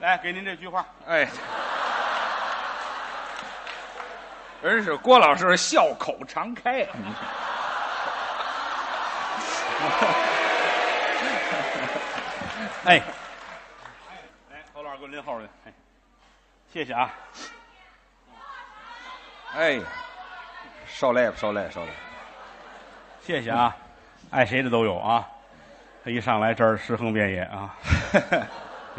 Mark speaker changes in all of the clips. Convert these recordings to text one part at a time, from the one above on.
Speaker 1: 来，给您这句话，
Speaker 2: 哎，真是郭老师笑口常开。
Speaker 3: 啊
Speaker 2: 哎，
Speaker 1: 来，哎侯老师给我拎后头去，哎，谢谢啊。
Speaker 3: 哎呀，受累吧，受累，受累。
Speaker 1: 谢谢啊，爱谁的都有啊。他一上来这儿尸横遍野啊，这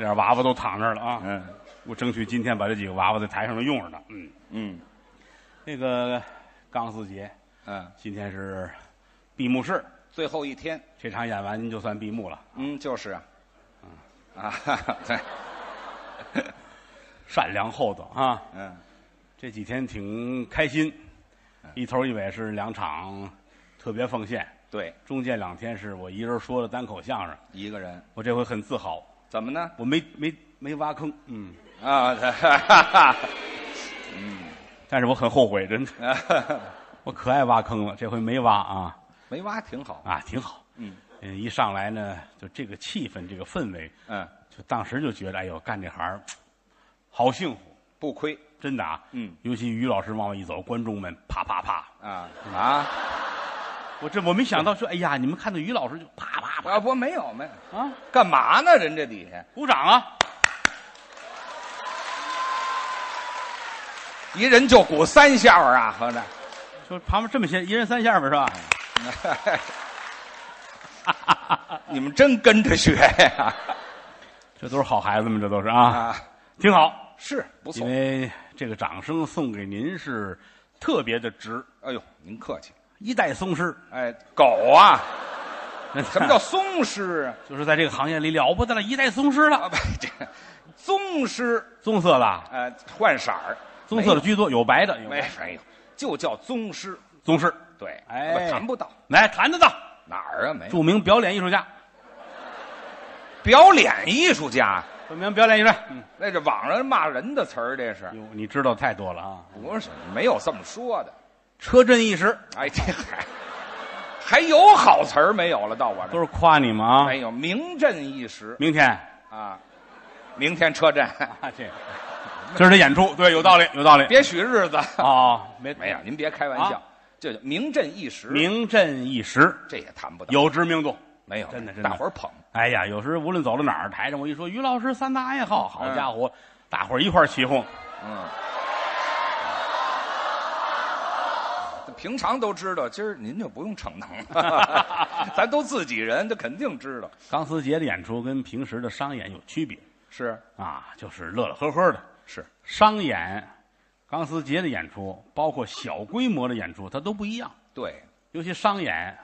Speaker 1: 点娃娃都躺那儿了啊。
Speaker 3: 嗯
Speaker 1: 我争取今天把这几个娃娃在台上都用上它。嗯，
Speaker 3: 嗯
Speaker 1: 那个钢丝节，
Speaker 3: 嗯，
Speaker 1: 今天是闭幕式，
Speaker 3: 最后一天，
Speaker 1: 这场演完您就算闭幕了。
Speaker 3: 嗯，就是啊，啊， 哈哈对，
Speaker 1: 善良厚道啊，
Speaker 3: 嗯
Speaker 1: 这几天挺开心，一头一尾是两场特别奉献，
Speaker 3: 对，
Speaker 1: 中间两天是我一人说的单口相声，
Speaker 3: 一个人
Speaker 1: 我这回很自豪，
Speaker 3: 怎么呢？
Speaker 1: 我没没没挖坑，嗯，
Speaker 3: 啊，对哈哈
Speaker 1: 但是我很后悔，真的，
Speaker 3: 啊哈哈
Speaker 1: 我可爱挖坑了，这回没挖啊。
Speaker 3: 没挖挺好，
Speaker 1: 啊，挺好。
Speaker 3: 嗯
Speaker 1: 嗯，一上来呢，就这个气氛，这个氛围，
Speaker 3: 嗯，
Speaker 1: 就当时就觉得，哎呦，干这行儿好幸福，
Speaker 3: 不亏
Speaker 1: 真的啊。
Speaker 3: 嗯，
Speaker 1: 尤其于老师往外一走，观众们啪啪啪，
Speaker 3: 啊啊
Speaker 1: 我这我没想到说，哎呀，你们看到于老师就啪啪
Speaker 3: 啊！不，没有没有，
Speaker 1: 啪啊，
Speaker 3: 干嘛呢？人这底下
Speaker 1: 鼓掌啊！
Speaker 3: 一人就鼓三下儿啊，合着。
Speaker 1: 就旁边这么些，一人三下吧，是吧？
Speaker 3: 你们真跟着学呀、
Speaker 1: 这都是好孩子们，这都是啊，
Speaker 3: 啊，
Speaker 1: 挺好。
Speaker 3: 是不
Speaker 1: 因
Speaker 3: 错。
Speaker 1: 为这个掌声送给您是特别的值，
Speaker 3: 哎呦，您客气。
Speaker 1: 一代宗师。
Speaker 3: 哎，狗啊， 什
Speaker 1: 什
Speaker 3: 么叫宗师啊？
Speaker 1: 就是在这个行业里了不得了，一代宗师
Speaker 3: 啊，
Speaker 1: 了，
Speaker 3: 不，这宗师，
Speaker 1: 棕色的。
Speaker 3: 呃，换色儿，
Speaker 1: 棕色的居多，有白的，有
Speaker 3: 没
Speaker 1: 白
Speaker 3: 有没有，就叫宗师。
Speaker 1: 宗师，
Speaker 3: 对，
Speaker 1: 哎
Speaker 3: 我谈不到
Speaker 1: 来谈得到，
Speaker 3: 哪儿啊，没有
Speaker 1: 著名表演艺术家，
Speaker 3: 表演艺术家，
Speaker 1: 著名表演艺术家。嗯，
Speaker 3: 那是网上骂人的词儿，这是
Speaker 1: 哟，你知道太多了啊！
Speaker 3: 不是没有这么说的？
Speaker 1: 车震一时，
Speaker 3: 哎，这还还有好词儿没有了？到我这
Speaker 1: 都
Speaker 3: 儿
Speaker 1: 是夸你们啊。
Speaker 3: 没有，哎名震一时
Speaker 1: 明天
Speaker 3: 啊。明天车站，
Speaker 1: 啊， 这今儿的演出，对，有道理，有道理。
Speaker 3: 别许日子。
Speaker 1: 啊，没
Speaker 3: 没有，，您别开玩笑
Speaker 1: 啊，
Speaker 3: 这就名震一时，
Speaker 1: 名震一时，
Speaker 3: 这也谈不到。
Speaker 1: 有知名度。
Speaker 3: 没有？
Speaker 1: 真的真的
Speaker 3: 大伙儿捧，
Speaker 1: 哎呀，有时无论走到哪儿，台上我一说于老师三大爱好，好
Speaker 3: 嗯
Speaker 1: 家伙，大伙儿一块儿起哄。
Speaker 3: 嗯。啊平常都知道，今儿您就不用逞能 了，咱都自己人，这肯定知道。
Speaker 1: 钢丝节的演出跟平时的商演有区别
Speaker 3: 是
Speaker 1: 啊，就是乐乐呵呵的。
Speaker 3: 是，
Speaker 1: 商演、钢丝节的演出，包括小规模的演出，它都不一样。
Speaker 3: 对，
Speaker 1: 尤其商演，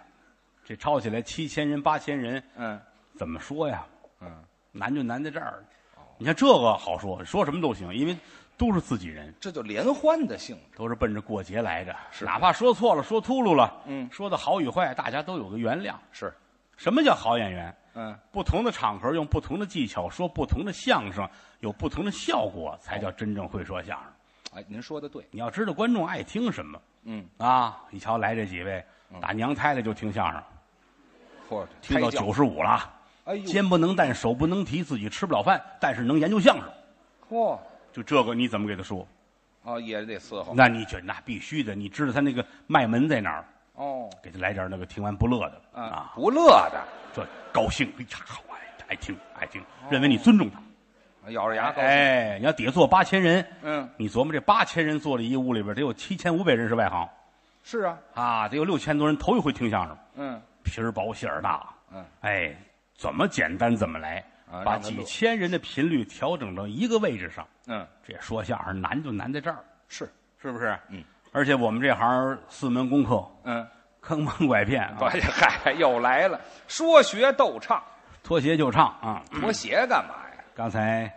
Speaker 1: 这抄起来七千人、八千人，
Speaker 3: 嗯
Speaker 1: 怎么说呀？
Speaker 3: 嗯，
Speaker 1: 难就难在这儿。
Speaker 3: 哦
Speaker 1: 你看这个好说，说什么都行，因为都是自己人，
Speaker 3: 这就联欢的性质。
Speaker 1: 都是奔着过节来的。哪怕说错了、说秃噜了，
Speaker 3: 嗯
Speaker 1: 说的好与坏，大家都有个原谅。
Speaker 3: 是，
Speaker 1: 什么叫好演员？
Speaker 3: 嗯，
Speaker 1: 不同的场合用不同的技巧说不同的相声，有不同的效果，才叫真正会说相声。
Speaker 3: 哎，您说的对，
Speaker 1: 你要知道观众爱听什么，
Speaker 3: 嗯，
Speaker 1: 啊，一瞧来这几位，打娘胎来就听相声，
Speaker 3: 嚯，
Speaker 1: 听到
Speaker 3: 胎教
Speaker 1: 九，十五了啊，
Speaker 3: 哎呦，
Speaker 1: 肩不能担，手不能提，自己吃不了饭，但是能研究相声。
Speaker 3: 嚯，
Speaker 1: 就这个你怎么给他说？
Speaker 3: 哦，也得伺候，
Speaker 1: 那你觉得那必须的，你知道他那个脉门在哪儿，
Speaker 3: 哦，
Speaker 1: 给他来点那个听完不乐的
Speaker 3: 啊，
Speaker 1: 啊，
Speaker 3: 不乐的，
Speaker 1: 这高兴，哎呀，好爱爱听爱听，认为你尊重他。
Speaker 3: 咬着牙哦高兴，
Speaker 1: 哎，你要底下坐八千人，
Speaker 3: 嗯，
Speaker 1: 你琢磨这八千人坐了一屋里边，得有七千五百人是外行
Speaker 3: 是啊，
Speaker 1: 啊，得有六千多人头一回听相声。
Speaker 3: 嗯，
Speaker 1: 皮儿薄馅儿大，
Speaker 3: 嗯，
Speaker 1: 哎，怎么简单怎么来，
Speaker 3: 啊
Speaker 1: 把
Speaker 3: 让他
Speaker 1: 几
Speaker 3: 乐
Speaker 1: 千人的频率调整到一个位置上，
Speaker 3: 嗯，
Speaker 1: 这说相声难就难在这儿，
Speaker 3: 是，
Speaker 1: 是不是？
Speaker 3: 嗯，
Speaker 1: 而且我们这行四门功课，
Speaker 3: 嗯，
Speaker 1: 坑蒙拐骗啊
Speaker 3: 不， 嗨，又来了，说学逗唱，
Speaker 1: 脱鞋就唱啊。
Speaker 3: 脱鞋干嘛呀？
Speaker 1: 刚才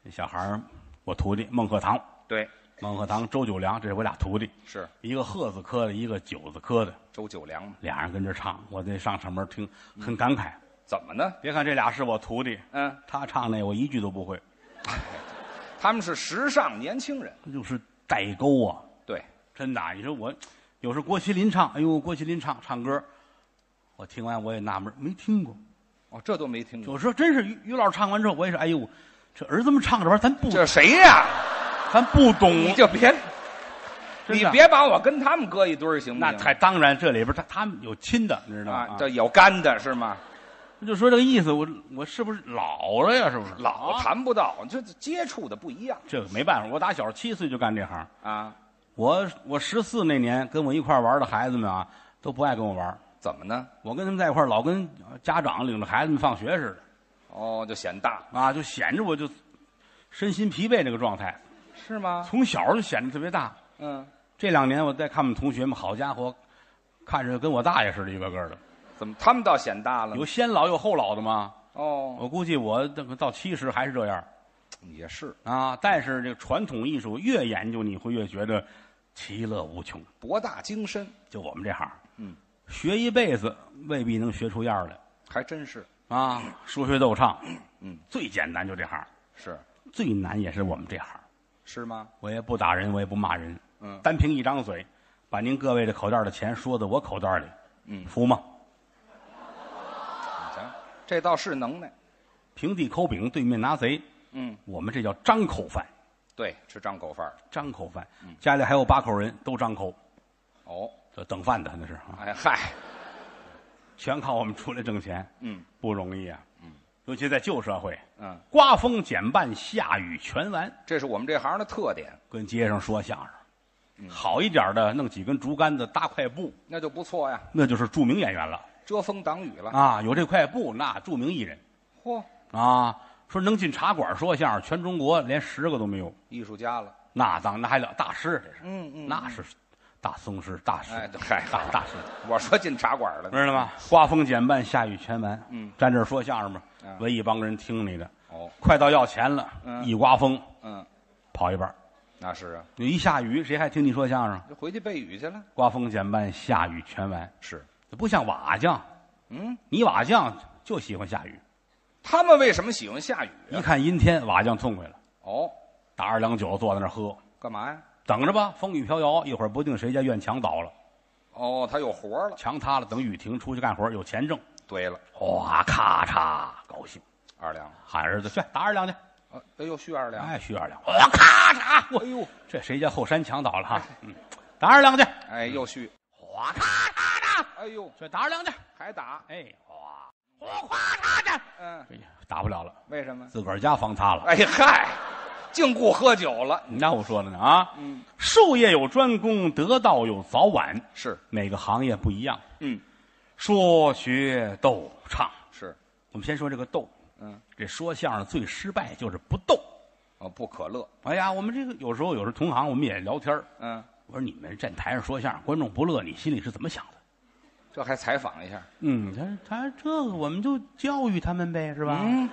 Speaker 1: 那小孩儿我徒弟孟鹤堂，
Speaker 3: 对，
Speaker 1: 孟鹤堂、周九良，这是我俩徒弟，
Speaker 3: 是
Speaker 1: 一个鹤字科的，一个九字科的，
Speaker 3: 周九良嘛？
Speaker 1: 俩人跟着唱，我在上上门听，很感慨。
Speaker 3: 怎么呢？
Speaker 1: 别看这俩是我徒弟，
Speaker 3: 嗯，
Speaker 1: 他唱那我一句都不会，
Speaker 3: 他们是时尚年轻人，
Speaker 1: 这就是代沟啊。
Speaker 3: 对，
Speaker 1: 真的啊，你说我有时候郭麒麟唱，哎呦，郭麒麟唱唱歌，我听完我也纳闷，没听过。
Speaker 3: 哦，这都没听过，
Speaker 1: 有时候真是于于老师唱完之后，我也是，哎呦，这儿子们唱这玩意儿，咱不
Speaker 3: 这谁呀、
Speaker 1: 咱不懂，
Speaker 3: 你就别，
Speaker 1: 真
Speaker 3: 你
Speaker 1: 嗯的
Speaker 3: 别把我跟他们搁一堆儿，行不
Speaker 1: 那
Speaker 3: 行？啊
Speaker 1: 太当然，这里边他他们有亲的，你知道吗
Speaker 3: 啊，？这有干的是吗？
Speaker 1: 我就说这个意思，我我是不是老了呀？是不是
Speaker 3: 老
Speaker 1: 啊
Speaker 3: 谈不到，这接触的不一样
Speaker 1: 这个没办法，我打小七岁就干这行。
Speaker 3: 啊。
Speaker 1: 我我十四那年跟我一块儿玩的孩子们啊，都不爱跟我玩儿。
Speaker 3: 怎么呢？
Speaker 1: 我跟他们在一块儿，老跟家长领着孩子们放学似
Speaker 3: 哦，就显大
Speaker 1: 的啊，就显着我就身心疲惫那个状态，
Speaker 3: 是吗？
Speaker 1: 从小就显得特别大。
Speaker 3: 嗯，
Speaker 1: 这两年我再看我们同学们，好家伙，看着跟我大爷似的，一个个的，
Speaker 3: 怎么他们倒显大了呢？
Speaker 1: 有先老有后老的嘛。
Speaker 3: 哦，
Speaker 1: 我估计我这个到七十还是这样
Speaker 3: 也是，
Speaker 1: 啊。但是这个传统艺术越研究，你会越觉得其乐无穷。
Speaker 3: 博大精深，
Speaker 1: 就我们这行，
Speaker 3: 嗯，
Speaker 1: 学一辈子未必能学出样儿来。
Speaker 3: 还真是
Speaker 1: 啊，说学逗唱，
Speaker 3: 嗯，
Speaker 1: 最简单就这行，
Speaker 3: 是
Speaker 1: 最难也是我们这行。
Speaker 3: 是吗？
Speaker 1: 我也不打人，我也不骂人，
Speaker 3: 嗯
Speaker 1: 单凭一张嘴，把您各位的口袋的钱说到我口袋里，
Speaker 3: 嗯，
Speaker 1: 服吗？
Speaker 3: 你瞧，这倒是能耐。
Speaker 1: 平地抠饼，对面拿贼，
Speaker 3: 嗯，
Speaker 1: 我们这叫张口饭，
Speaker 3: 对，吃张口饭儿。
Speaker 1: 张口饭。
Speaker 3: 嗯
Speaker 1: 家里还有八口人，都张口，
Speaker 3: 哦，
Speaker 1: 这等饭的那是啊，
Speaker 3: 哎嗨，
Speaker 1: 全靠我们出来挣钱，
Speaker 3: 嗯
Speaker 1: 不容易啊。嗯，尤其在旧社会，
Speaker 3: 嗯，
Speaker 1: 刮风减半，下雨全完，
Speaker 3: 这是我们这行的特点，
Speaker 1: 跟街上说相声。
Speaker 3: 嗯
Speaker 1: 好一点的，弄几根竹竿子搭块布，
Speaker 3: 那就不错呀，
Speaker 1: 那就是著名演员了
Speaker 3: 遮风挡雨了。
Speaker 1: 啊！有这块布，那著名艺人
Speaker 3: 嚯、
Speaker 1: 啊。说能进茶馆说相声，全中国连十个都没有，
Speaker 3: 艺术家了。
Speaker 1: 那当那还了大师，这是，
Speaker 3: 嗯嗯
Speaker 1: 那是大宗师，大师，
Speaker 3: 哎对嗨
Speaker 1: 大大师，
Speaker 3: 我说进茶馆了呢。
Speaker 1: 知道吗？刮风减半，下雨全完。
Speaker 3: 嗯，
Speaker 1: 站这儿说相声吧
Speaker 3: 啊，
Speaker 1: 围一帮人听你的，
Speaker 3: 哦，
Speaker 1: 快到要钱了，
Speaker 3: 嗯
Speaker 1: 一刮风
Speaker 3: 嗯，
Speaker 1: 跑一半儿，
Speaker 3: 那是啊，
Speaker 1: 一下雨谁还听你说相声？
Speaker 3: 就回去背雨去了。
Speaker 1: 刮风减半，下雨全完，
Speaker 3: 是，
Speaker 1: 不像瓦匠，
Speaker 3: 嗯，
Speaker 1: 泥瓦匠就喜欢下雨，
Speaker 3: 他们为什么喜欢下雨
Speaker 1: 一
Speaker 3: 啊？
Speaker 1: 看阴天，瓦匠痛快了。
Speaker 3: 哦，
Speaker 1: 打二两酒坐在那儿喝，
Speaker 3: 干嘛呀？
Speaker 1: 等着吧，风雨飘摇，一会儿不定谁家院墙倒了，
Speaker 3: 哦，他有活了。
Speaker 1: 墙塌了，等雨停，出去干活有钱挣，
Speaker 3: 对了，
Speaker 1: 哗咔嚓，高兴，
Speaker 3: 二两，
Speaker 1: 喊儿子去打二两去，
Speaker 3: 啊哎呦，续二两，
Speaker 1: 哎，徐二两，哗咔嚓，我
Speaker 3: 哎呦，
Speaker 1: 这谁家后山墙倒了哈，嗯，打二两去，
Speaker 3: 哎又续，
Speaker 1: 哗咔嚓嚓，
Speaker 3: 哎呦，
Speaker 1: 这打二两去，
Speaker 3: 还打，
Speaker 1: 哎，哗，哗咔嚓去，
Speaker 3: 嗯，
Speaker 1: 哎呀，打不了了，
Speaker 3: 为什么？
Speaker 1: 自个儿家房塌了，
Speaker 3: 哎嗨，净顾喝酒了。
Speaker 1: 那我说了呢啊，
Speaker 3: 嗯，
Speaker 1: 术业有专攻，得道有早晚，
Speaker 3: 是，
Speaker 1: 每个行业不一样，
Speaker 3: 嗯，
Speaker 1: 说学逗唱。
Speaker 3: 是，
Speaker 1: 我们先说这个逗，
Speaker 3: 嗯，
Speaker 1: 这说相声最失败就是不逗。
Speaker 3: 哦，不可乐，
Speaker 1: 哎呀，我们这个有时候有时候同行我们也聊天儿
Speaker 3: 嗯，
Speaker 1: 我说你们站台上说相声，观众不乐，你心里是怎么想的？
Speaker 3: 这还采访一下，
Speaker 1: 嗯，他他这个我们就教育他们呗，是吧？
Speaker 3: 嗯，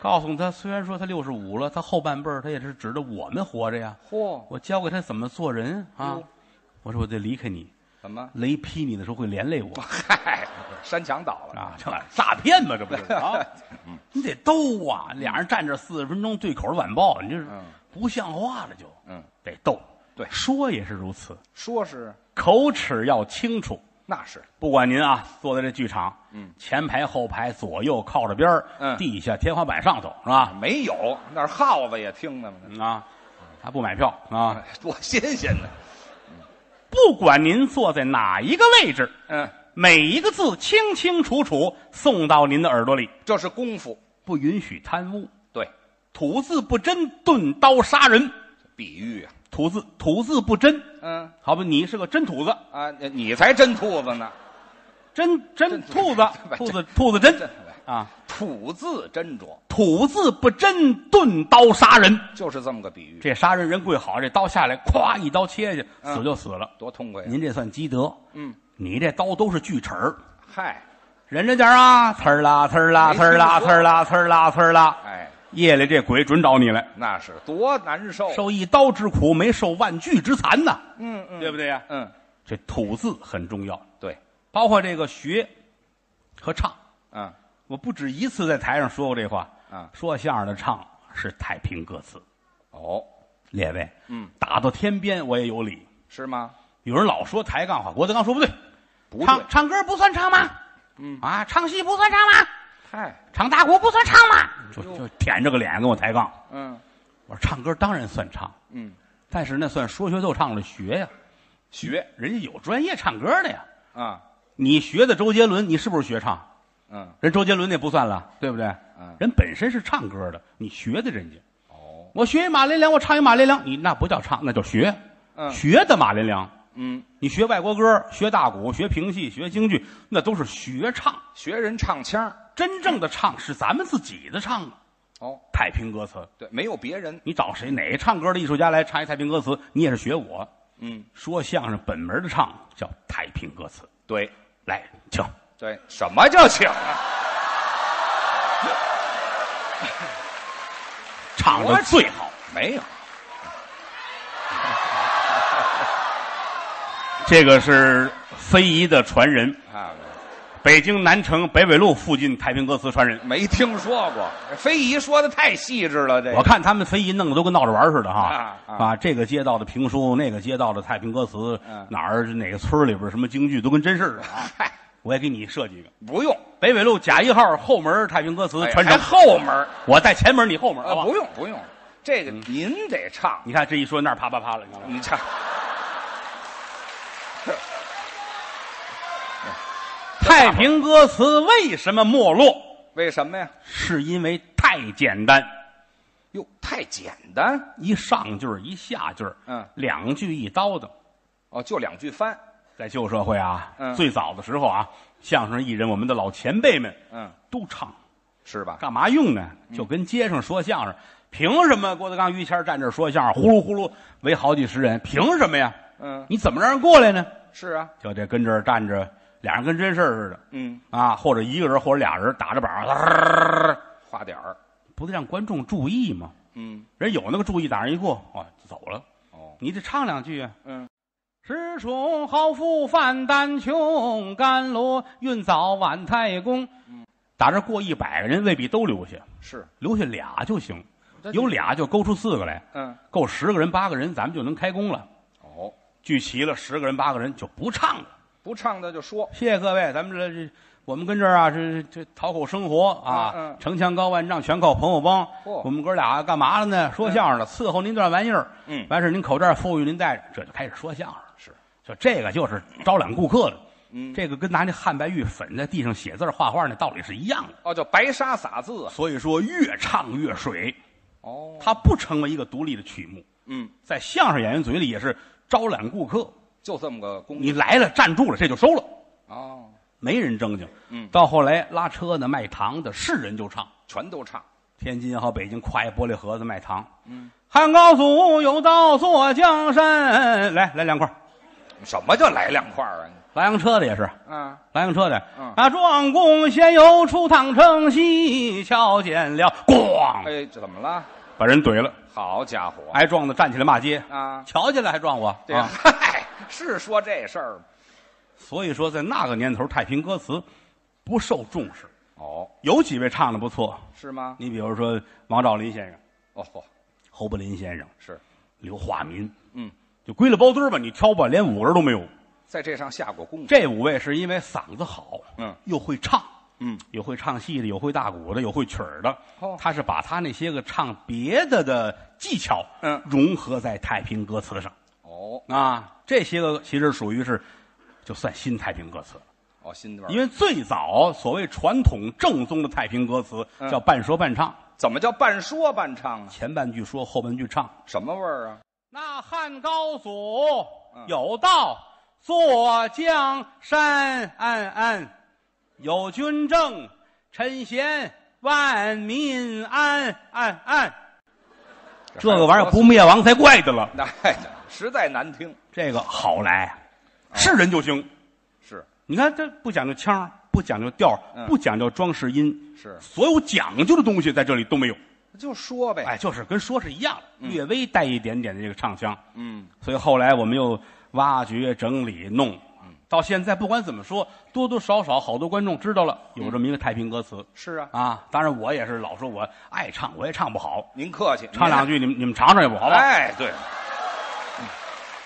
Speaker 1: 告诉他，虽然说他六十五了，他后半辈儿他也是指着我们活着呀。
Speaker 3: 嚯，
Speaker 1: 我教给他怎么做人啊
Speaker 3: 哟！
Speaker 1: 我说我得离开你，
Speaker 3: 怎么？
Speaker 1: 雷劈你的时候会连累我
Speaker 3: 嗨，山墙倒了，
Speaker 1: 啊！这玩意儿诈骗嘛，这不就是 啊？
Speaker 3: 嗯
Speaker 1: 你得逗啊！俩人站这四十分钟对口儿晚报，你这是
Speaker 3: 嗯
Speaker 1: 不像话了就。
Speaker 3: 嗯，
Speaker 1: 得逗，
Speaker 3: 对
Speaker 1: 说也是如此，
Speaker 3: 说是
Speaker 1: 口齿要清楚。
Speaker 3: 那是，
Speaker 1: 不管您啊，坐在这剧场，
Speaker 3: 嗯，
Speaker 1: 前排、后排、左右、靠着边儿，
Speaker 3: 嗯
Speaker 1: 地下、天花板、上头，是吧？
Speaker 3: 没有，那儿耗子也听呢嘛，
Speaker 1: 嗯啊，他不买票啊。
Speaker 3: 哎 多新鲜呢。
Speaker 1: 不管您坐在哪一个位置，
Speaker 3: 嗯，
Speaker 1: 每一个字清清楚楚送到您的耳朵里，
Speaker 3: 这是功夫，
Speaker 1: 不允许贪污，
Speaker 3: 对，
Speaker 1: 吐字不真，钝刀杀人。
Speaker 3: 比喻啊，
Speaker 1: 吐字吐字不真，
Speaker 3: 嗯
Speaker 1: 好比你是个真吐子，
Speaker 3: 啊，你你才真兔子呢，
Speaker 1: 真真
Speaker 3: 真
Speaker 1: 兔
Speaker 3: 兔
Speaker 1: 子
Speaker 3: 子，
Speaker 1: 兔子兔子真
Speaker 3: 真
Speaker 1: 啊。
Speaker 3: 吐字斟酌，
Speaker 1: 吐字不真，钝刀杀人。
Speaker 3: 就是这么个比喻，
Speaker 1: 这杀人人跪好，这刀下来，咵一刀切下去，
Speaker 3: 嗯
Speaker 1: 死就死了。
Speaker 3: 多痛快啊呀。
Speaker 1: 您这算积德，
Speaker 3: 嗯，
Speaker 1: 你这刀都是锯齿儿，
Speaker 3: 嗨，
Speaker 1: 忍着点儿啊！呲儿啦，呲儿啦，呲儿啦，呲儿啦，呲儿啦，呲儿啦。
Speaker 3: 哎，
Speaker 1: 夜里这鬼准找你来，
Speaker 3: 那是多难受。啊
Speaker 1: 受一刀之苦，没受万锯之残呐，
Speaker 3: 嗯嗯，
Speaker 1: 对不对呀？
Speaker 3: 嗯，
Speaker 1: 这吐字很重要，
Speaker 3: 对，
Speaker 1: 包括这个学和唱。
Speaker 3: 嗯
Speaker 1: 我不止一次在台上说过这话，
Speaker 3: 嗯，
Speaker 1: 说相声的唱是太平歌词。
Speaker 3: 哦，
Speaker 1: 列位，
Speaker 3: 嗯，
Speaker 1: 打到天边我也有理。
Speaker 3: 是吗？
Speaker 1: 有人老说抬杠话，郭德纲说不对，
Speaker 3: 不对
Speaker 1: 唱，唱歌不算唱吗？嗯啊，唱戏不算唱吗？
Speaker 3: 嗨，
Speaker 1: 唱大鼓不算唱吗？就就舔着个脸跟我抬杠。
Speaker 3: 嗯
Speaker 1: 我说唱歌当然算唱，
Speaker 3: 嗯，
Speaker 1: 但是那算说学逗唱的学呀，
Speaker 3: 学
Speaker 1: 人家有专业唱歌的呀。
Speaker 3: 啊，
Speaker 1: 你学的周杰伦，你是不是学唱？
Speaker 3: 嗯
Speaker 1: 人周杰伦那不算了，对不对？
Speaker 3: 嗯
Speaker 1: 人本身是唱歌的，你学的人家。
Speaker 3: 哦，
Speaker 1: 我学一马连良，我唱一马连良，你那不叫唱，那叫学。
Speaker 3: 嗯
Speaker 1: 学的马连良，
Speaker 3: 嗯，
Speaker 1: 你学外国歌，学大鼓，学评戏，学京剧，那都是学唱。
Speaker 3: 学人唱腔儿
Speaker 1: 真正的唱是咱们自己的唱啊，
Speaker 3: 哦，
Speaker 1: 太平歌词。
Speaker 3: 对，没有别人，
Speaker 1: 你找谁哪个唱歌的艺术家来唱一太平歌词，你也是学我
Speaker 3: 嗯，
Speaker 1: 说相声本门的唱叫太平歌词。
Speaker 3: 对
Speaker 1: 来，请
Speaker 3: 对，什么叫请啊？
Speaker 1: 唱的最好。
Speaker 3: 没有，
Speaker 1: 这个是非遗的传人，
Speaker 3: 啊，
Speaker 1: 北京南城北纬路附近太平歌词传人。
Speaker 3: 没听说过，非遗说的太细致了，这
Speaker 1: 我
Speaker 3: 个
Speaker 1: 看他们非遗弄得都跟闹着玩儿似的哈
Speaker 3: 啊，啊
Speaker 1: 啊，这个街道的评书，那个街道的太平歌词
Speaker 3: 嗯，
Speaker 1: 哪儿哪个村儿里边什么京剧都跟真事儿似的啊。我也给你设计一个，
Speaker 3: 不用，
Speaker 1: 北纬路甲一号后门太平歌词
Speaker 3: 哎
Speaker 1: 传
Speaker 3: 还
Speaker 1: 承，
Speaker 3: 后门儿
Speaker 1: 我在前门，你后门，好
Speaker 3: 啊，
Speaker 1: 吧？嗯
Speaker 3: 不用不用，这个您得唱，
Speaker 1: 你看这一说那儿啪啪啪了，你看吗
Speaker 3: 你唱。
Speaker 1: 太平歌词为什么没落？
Speaker 3: 为什么呀？
Speaker 1: 是因为太简单，
Speaker 3: 哟，太简单
Speaker 1: 一上句儿一下句儿
Speaker 3: 嗯
Speaker 1: 两句一刀的。
Speaker 3: 哦，就两句翻。
Speaker 1: 在旧社会啊，
Speaker 3: 嗯
Speaker 1: 最早的时候啊，相声艺人我们的老前辈们
Speaker 3: 嗯，
Speaker 1: 都唱，
Speaker 3: 是吧？
Speaker 1: 干嘛用呢？就跟街上说相声，凭什么郭德纲、于谦站这儿说相声，呼噜呼噜围好几十人，凭什么呀？
Speaker 3: 嗯，
Speaker 1: 你怎么让人过来呢？
Speaker 3: 是啊，
Speaker 1: 就得跟这儿站着，俩人跟真事儿似的
Speaker 3: 嗯，
Speaker 1: 啊，或者一个人或者俩人打着板儿，
Speaker 3: 花点儿，
Speaker 1: 不得让观众注意吗？
Speaker 3: 嗯，
Speaker 1: 人有那个注意，打人一过，啊，就走了。
Speaker 3: 哦，
Speaker 1: 你得唱两句啊。
Speaker 3: 嗯，
Speaker 1: 时穷好富饭单穷，甘罗运早晚太公。打这过一百个人，未必都留下，
Speaker 3: 是
Speaker 1: 留下俩就行，有，俩就勾出四个来，
Speaker 3: 嗯，
Speaker 1: 够十个人八个人，咱们就能开工了。
Speaker 3: 哦，
Speaker 1: 聚齐了十个人八个人就不唱了。
Speaker 3: 不唱的就说，
Speaker 1: 谢谢各位，咱们这这我们跟这儿啊，这这讨口生活啊，
Speaker 3: 嗯嗯
Speaker 1: 城墙高万丈，全靠朋友帮。
Speaker 3: 嚯
Speaker 1: 我们哥俩干嘛了呢？说相声的，伺候您段玩意儿。
Speaker 3: 嗯
Speaker 1: 完事儿您口罩富裕您带着，这就开始说相声。
Speaker 3: 是，
Speaker 1: 就这个就是招揽顾客了。
Speaker 3: 嗯，
Speaker 1: 这个跟拿那汉白玉粉在地上写字儿画画那道理是一样的。
Speaker 3: 哦，叫白沙撒字啊，
Speaker 1: 所以说，越唱越水，
Speaker 3: 哦，
Speaker 1: 它不成为一个独立的曲目，
Speaker 3: 嗯，
Speaker 1: 在相声演员嘴里也是招揽顾客。
Speaker 3: 就这么个功
Speaker 1: 你来了，站住了，这就收了。
Speaker 3: 哦，
Speaker 1: 没人正经。
Speaker 3: 嗯
Speaker 1: 到后来拉车的、卖糖的，是人就唱。
Speaker 3: 全都唱，
Speaker 1: 天津也好，北京挎一玻璃盒子卖糖。
Speaker 3: 嗯，
Speaker 1: 汉高祖有道坐江山，来来两块儿。
Speaker 3: 什么叫来两块儿啊？
Speaker 1: 拉洋车的也是，
Speaker 3: 啊，
Speaker 1: 拉洋车的。
Speaker 3: 嗯
Speaker 1: 啊，壮公闲游出趟城西，瞧见了，咣，
Speaker 3: 哎，这怎么了？
Speaker 1: 把人怼了，
Speaker 3: 好家伙，
Speaker 1: 挨撞的站起来骂街。
Speaker 3: 哎啊，
Speaker 1: 瞧见了还撞我
Speaker 3: 这
Speaker 1: 啊！
Speaker 3: 嗨，是说这事儿吗？
Speaker 1: 所以说，在那个年头，太平歌词不受重视。
Speaker 3: 哦，
Speaker 1: 有几位唱的不错，
Speaker 3: 是吗？
Speaker 1: 你比如说王兆林先生、
Speaker 3: 哦，
Speaker 1: 侯伯林先生、
Speaker 3: 是，
Speaker 1: 刘化民，
Speaker 3: 嗯，
Speaker 1: 就归了包堆儿吧，你挑吧，连五个人都没有。
Speaker 3: 在这上下过功夫，
Speaker 1: 这五位是因为嗓子好，
Speaker 3: 嗯，
Speaker 1: 又会唱，
Speaker 3: 嗯，
Speaker 1: 有会唱戏的，有会大鼓的，有会曲儿的。
Speaker 3: 哦
Speaker 1: 他是把他那些个唱别的的技巧，
Speaker 3: 嗯
Speaker 1: 融合在太平歌词上
Speaker 3: 哦，
Speaker 1: 啊。这些个其实属于是，就算新太平歌词了，
Speaker 3: 哦，新味儿，
Speaker 1: 因为最早所谓传统正宗的太平歌词
Speaker 3: 嗯
Speaker 1: 叫半说半唱，
Speaker 3: 怎么叫半说半唱啊？
Speaker 1: 前半句说，后半句唱。
Speaker 3: 什么味儿啊？
Speaker 1: 那汉高祖有道坐江山，安安有军政，臣贤万民安安安。这个玩意儿不灭亡才怪的了。
Speaker 3: 那、哎、实在难听，
Speaker 1: 这个好来，是人就行。
Speaker 3: 是
Speaker 1: 你看这不讲究腔儿，不讲究调儿，
Speaker 3: 嗯
Speaker 1: 不讲究装饰音，
Speaker 3: 是，
Speaker 1: 所有讲究的东西在这里都没有。
Speaker 3: 就说呗。
Speaker 1: 哎，就是跟说是一样，略微带一点点的这个唱腔。
Speaker 3: 嗯，
Speaker 1: 所以后来我们又挖掘、整理、弄，到现在不管怎么说，多多少少好多观众知道了有这么一个太平歌词
Speaker 3: 是啊，
Speaker 1: 啊。当然我也是老说我爱唱，我也唱不好，
Speaker 3: 您客气，
Speaker 1: 唱两句
Speaker 3: 句
Speaker 1: 你们你们尝尝也不好吧？
Speaker 3: 哎，对，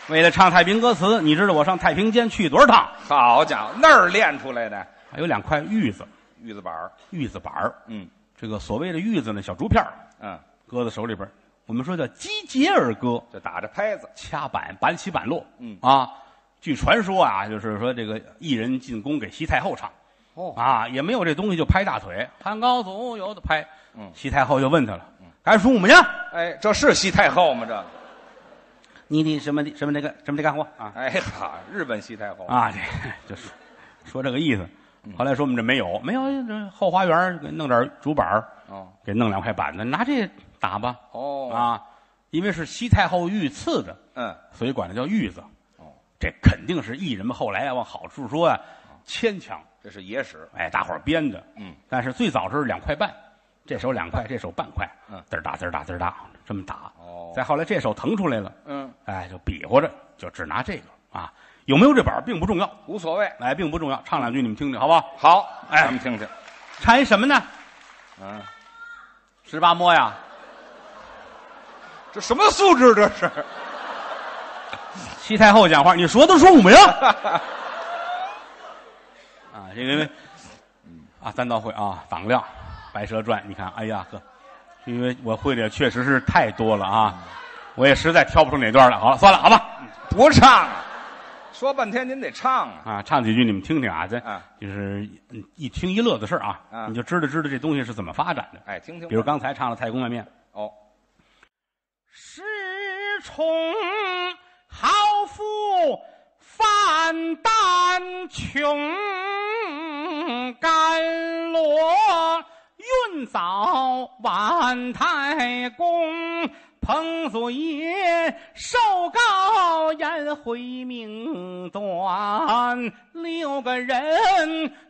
Speaker 1: 为了唱太平歌词，你知道我上太平间去多少趟？
Speaker 3: 好家伙，那儿练出来的
Speaker 1: 还有两块玉子，
Speaker 3: 玉子板儿，
Speaker 1: 玉子板儿。
Speaker 3: 嗯
Speaker 1: 这个所谓的玉子呢，小竹片儿
Speaker 3: 嗯，
Speaker 1: 搁在手里边儿，我们说叫击节而歌，
Speaker 3: 就打着拍子，
Speaker 1: 掐板板起板落。
Speaker 3: 嗯
Speaker 1: 啊，据传说啊，就是说这个艺人进宫给西太后唱，
Speaker 3: 哦
Speaker 1: 啊，也没有这东西就拍大腿，汉高祖有的拍。
Speaker 3: 嗯
Speaker 1: 西太后就问他了，该说我们呀，
Speaker 3: 哎，这是西太后吗？这个，
Speaker 1: 你你什么的什么那个什么的干活啊
Speaker 3: 哎哈，日本西太后，
Speaker 1: 啊，这就是说这个意思。后来说我们这没有，没有这后花园儿给弄点竹板儿
Speaker 3: 哦
Speaker 1: 给弄两块板子，拿这打吧。
Speaker 3: 哦，
Speaker 1: 啊，因为是西太后御赐的，
Speaker 3: 嗯，
Speaker 1: 所以管它叫御子。
Speaker 3: 哦，
Speaker 1: 这肯定是艺人们后来啊往好处说啊，牵强，
Speaker 3: 这是野史，
Speaker 1: 哎，大伙儿编的。
Speaker 3: 嗯，
Speaker 1: 但是最早是两块半，这手两块，这手半块，
Speaker 3: 嗯
Speaker 1: 滋儿打滋儿打滋儿打，这么打。
Speaker 3: 哦
Speaker 1: 再后来这手腾出来了，
Speaker 3: 嗯，
Speaker 1: 哎，就比划着，就只拿这个啊，有没有这板儿并不重要，
Speaker 3: 无所谓，
Speaker 1: 哎，并不重要。唱两句你们听听好不好？
Speaker 3: 好，
Speaker 1: 哎
Speaker 3: 咱们听听，
Speaker 1: 唱一什么呢？
Speaker 3: 嗯，
Speaker 1: 十八摸呀，
Speaker 3: 这什么素质这是？
Speaker 1: 西太后讲话，你说的是我们 呀？啊，这个因为，啊，三道会啊，党亮，《白蛇传》，你看，哎呀呵，因为我会的确实是太多了
Speaker 3: 嗯
Speaker 1: 啊，我也实在挑不出哪段来。好了，算了，好吧，
Speaker 3: 不唱啊，说半天您得唱啊，
Speaker 1: 啊，唱几句你们听听啊，这
Speaker 3: 啊
Speaker 1: 就是嗯一听一乐的事儿啊
Speaker 3: 啊，
Speaker 1: 你就知道知道这东西是怎么发展的。
Speaker 3: 哎，听听，
Speaker 1: 比如刚才唱了《太公外面》，
Speaker 3: 哦，
Speaker 1: 恃宠豪富犯胆穷，甘罗运早晚太公。彭祖爷受告言回命短，六个人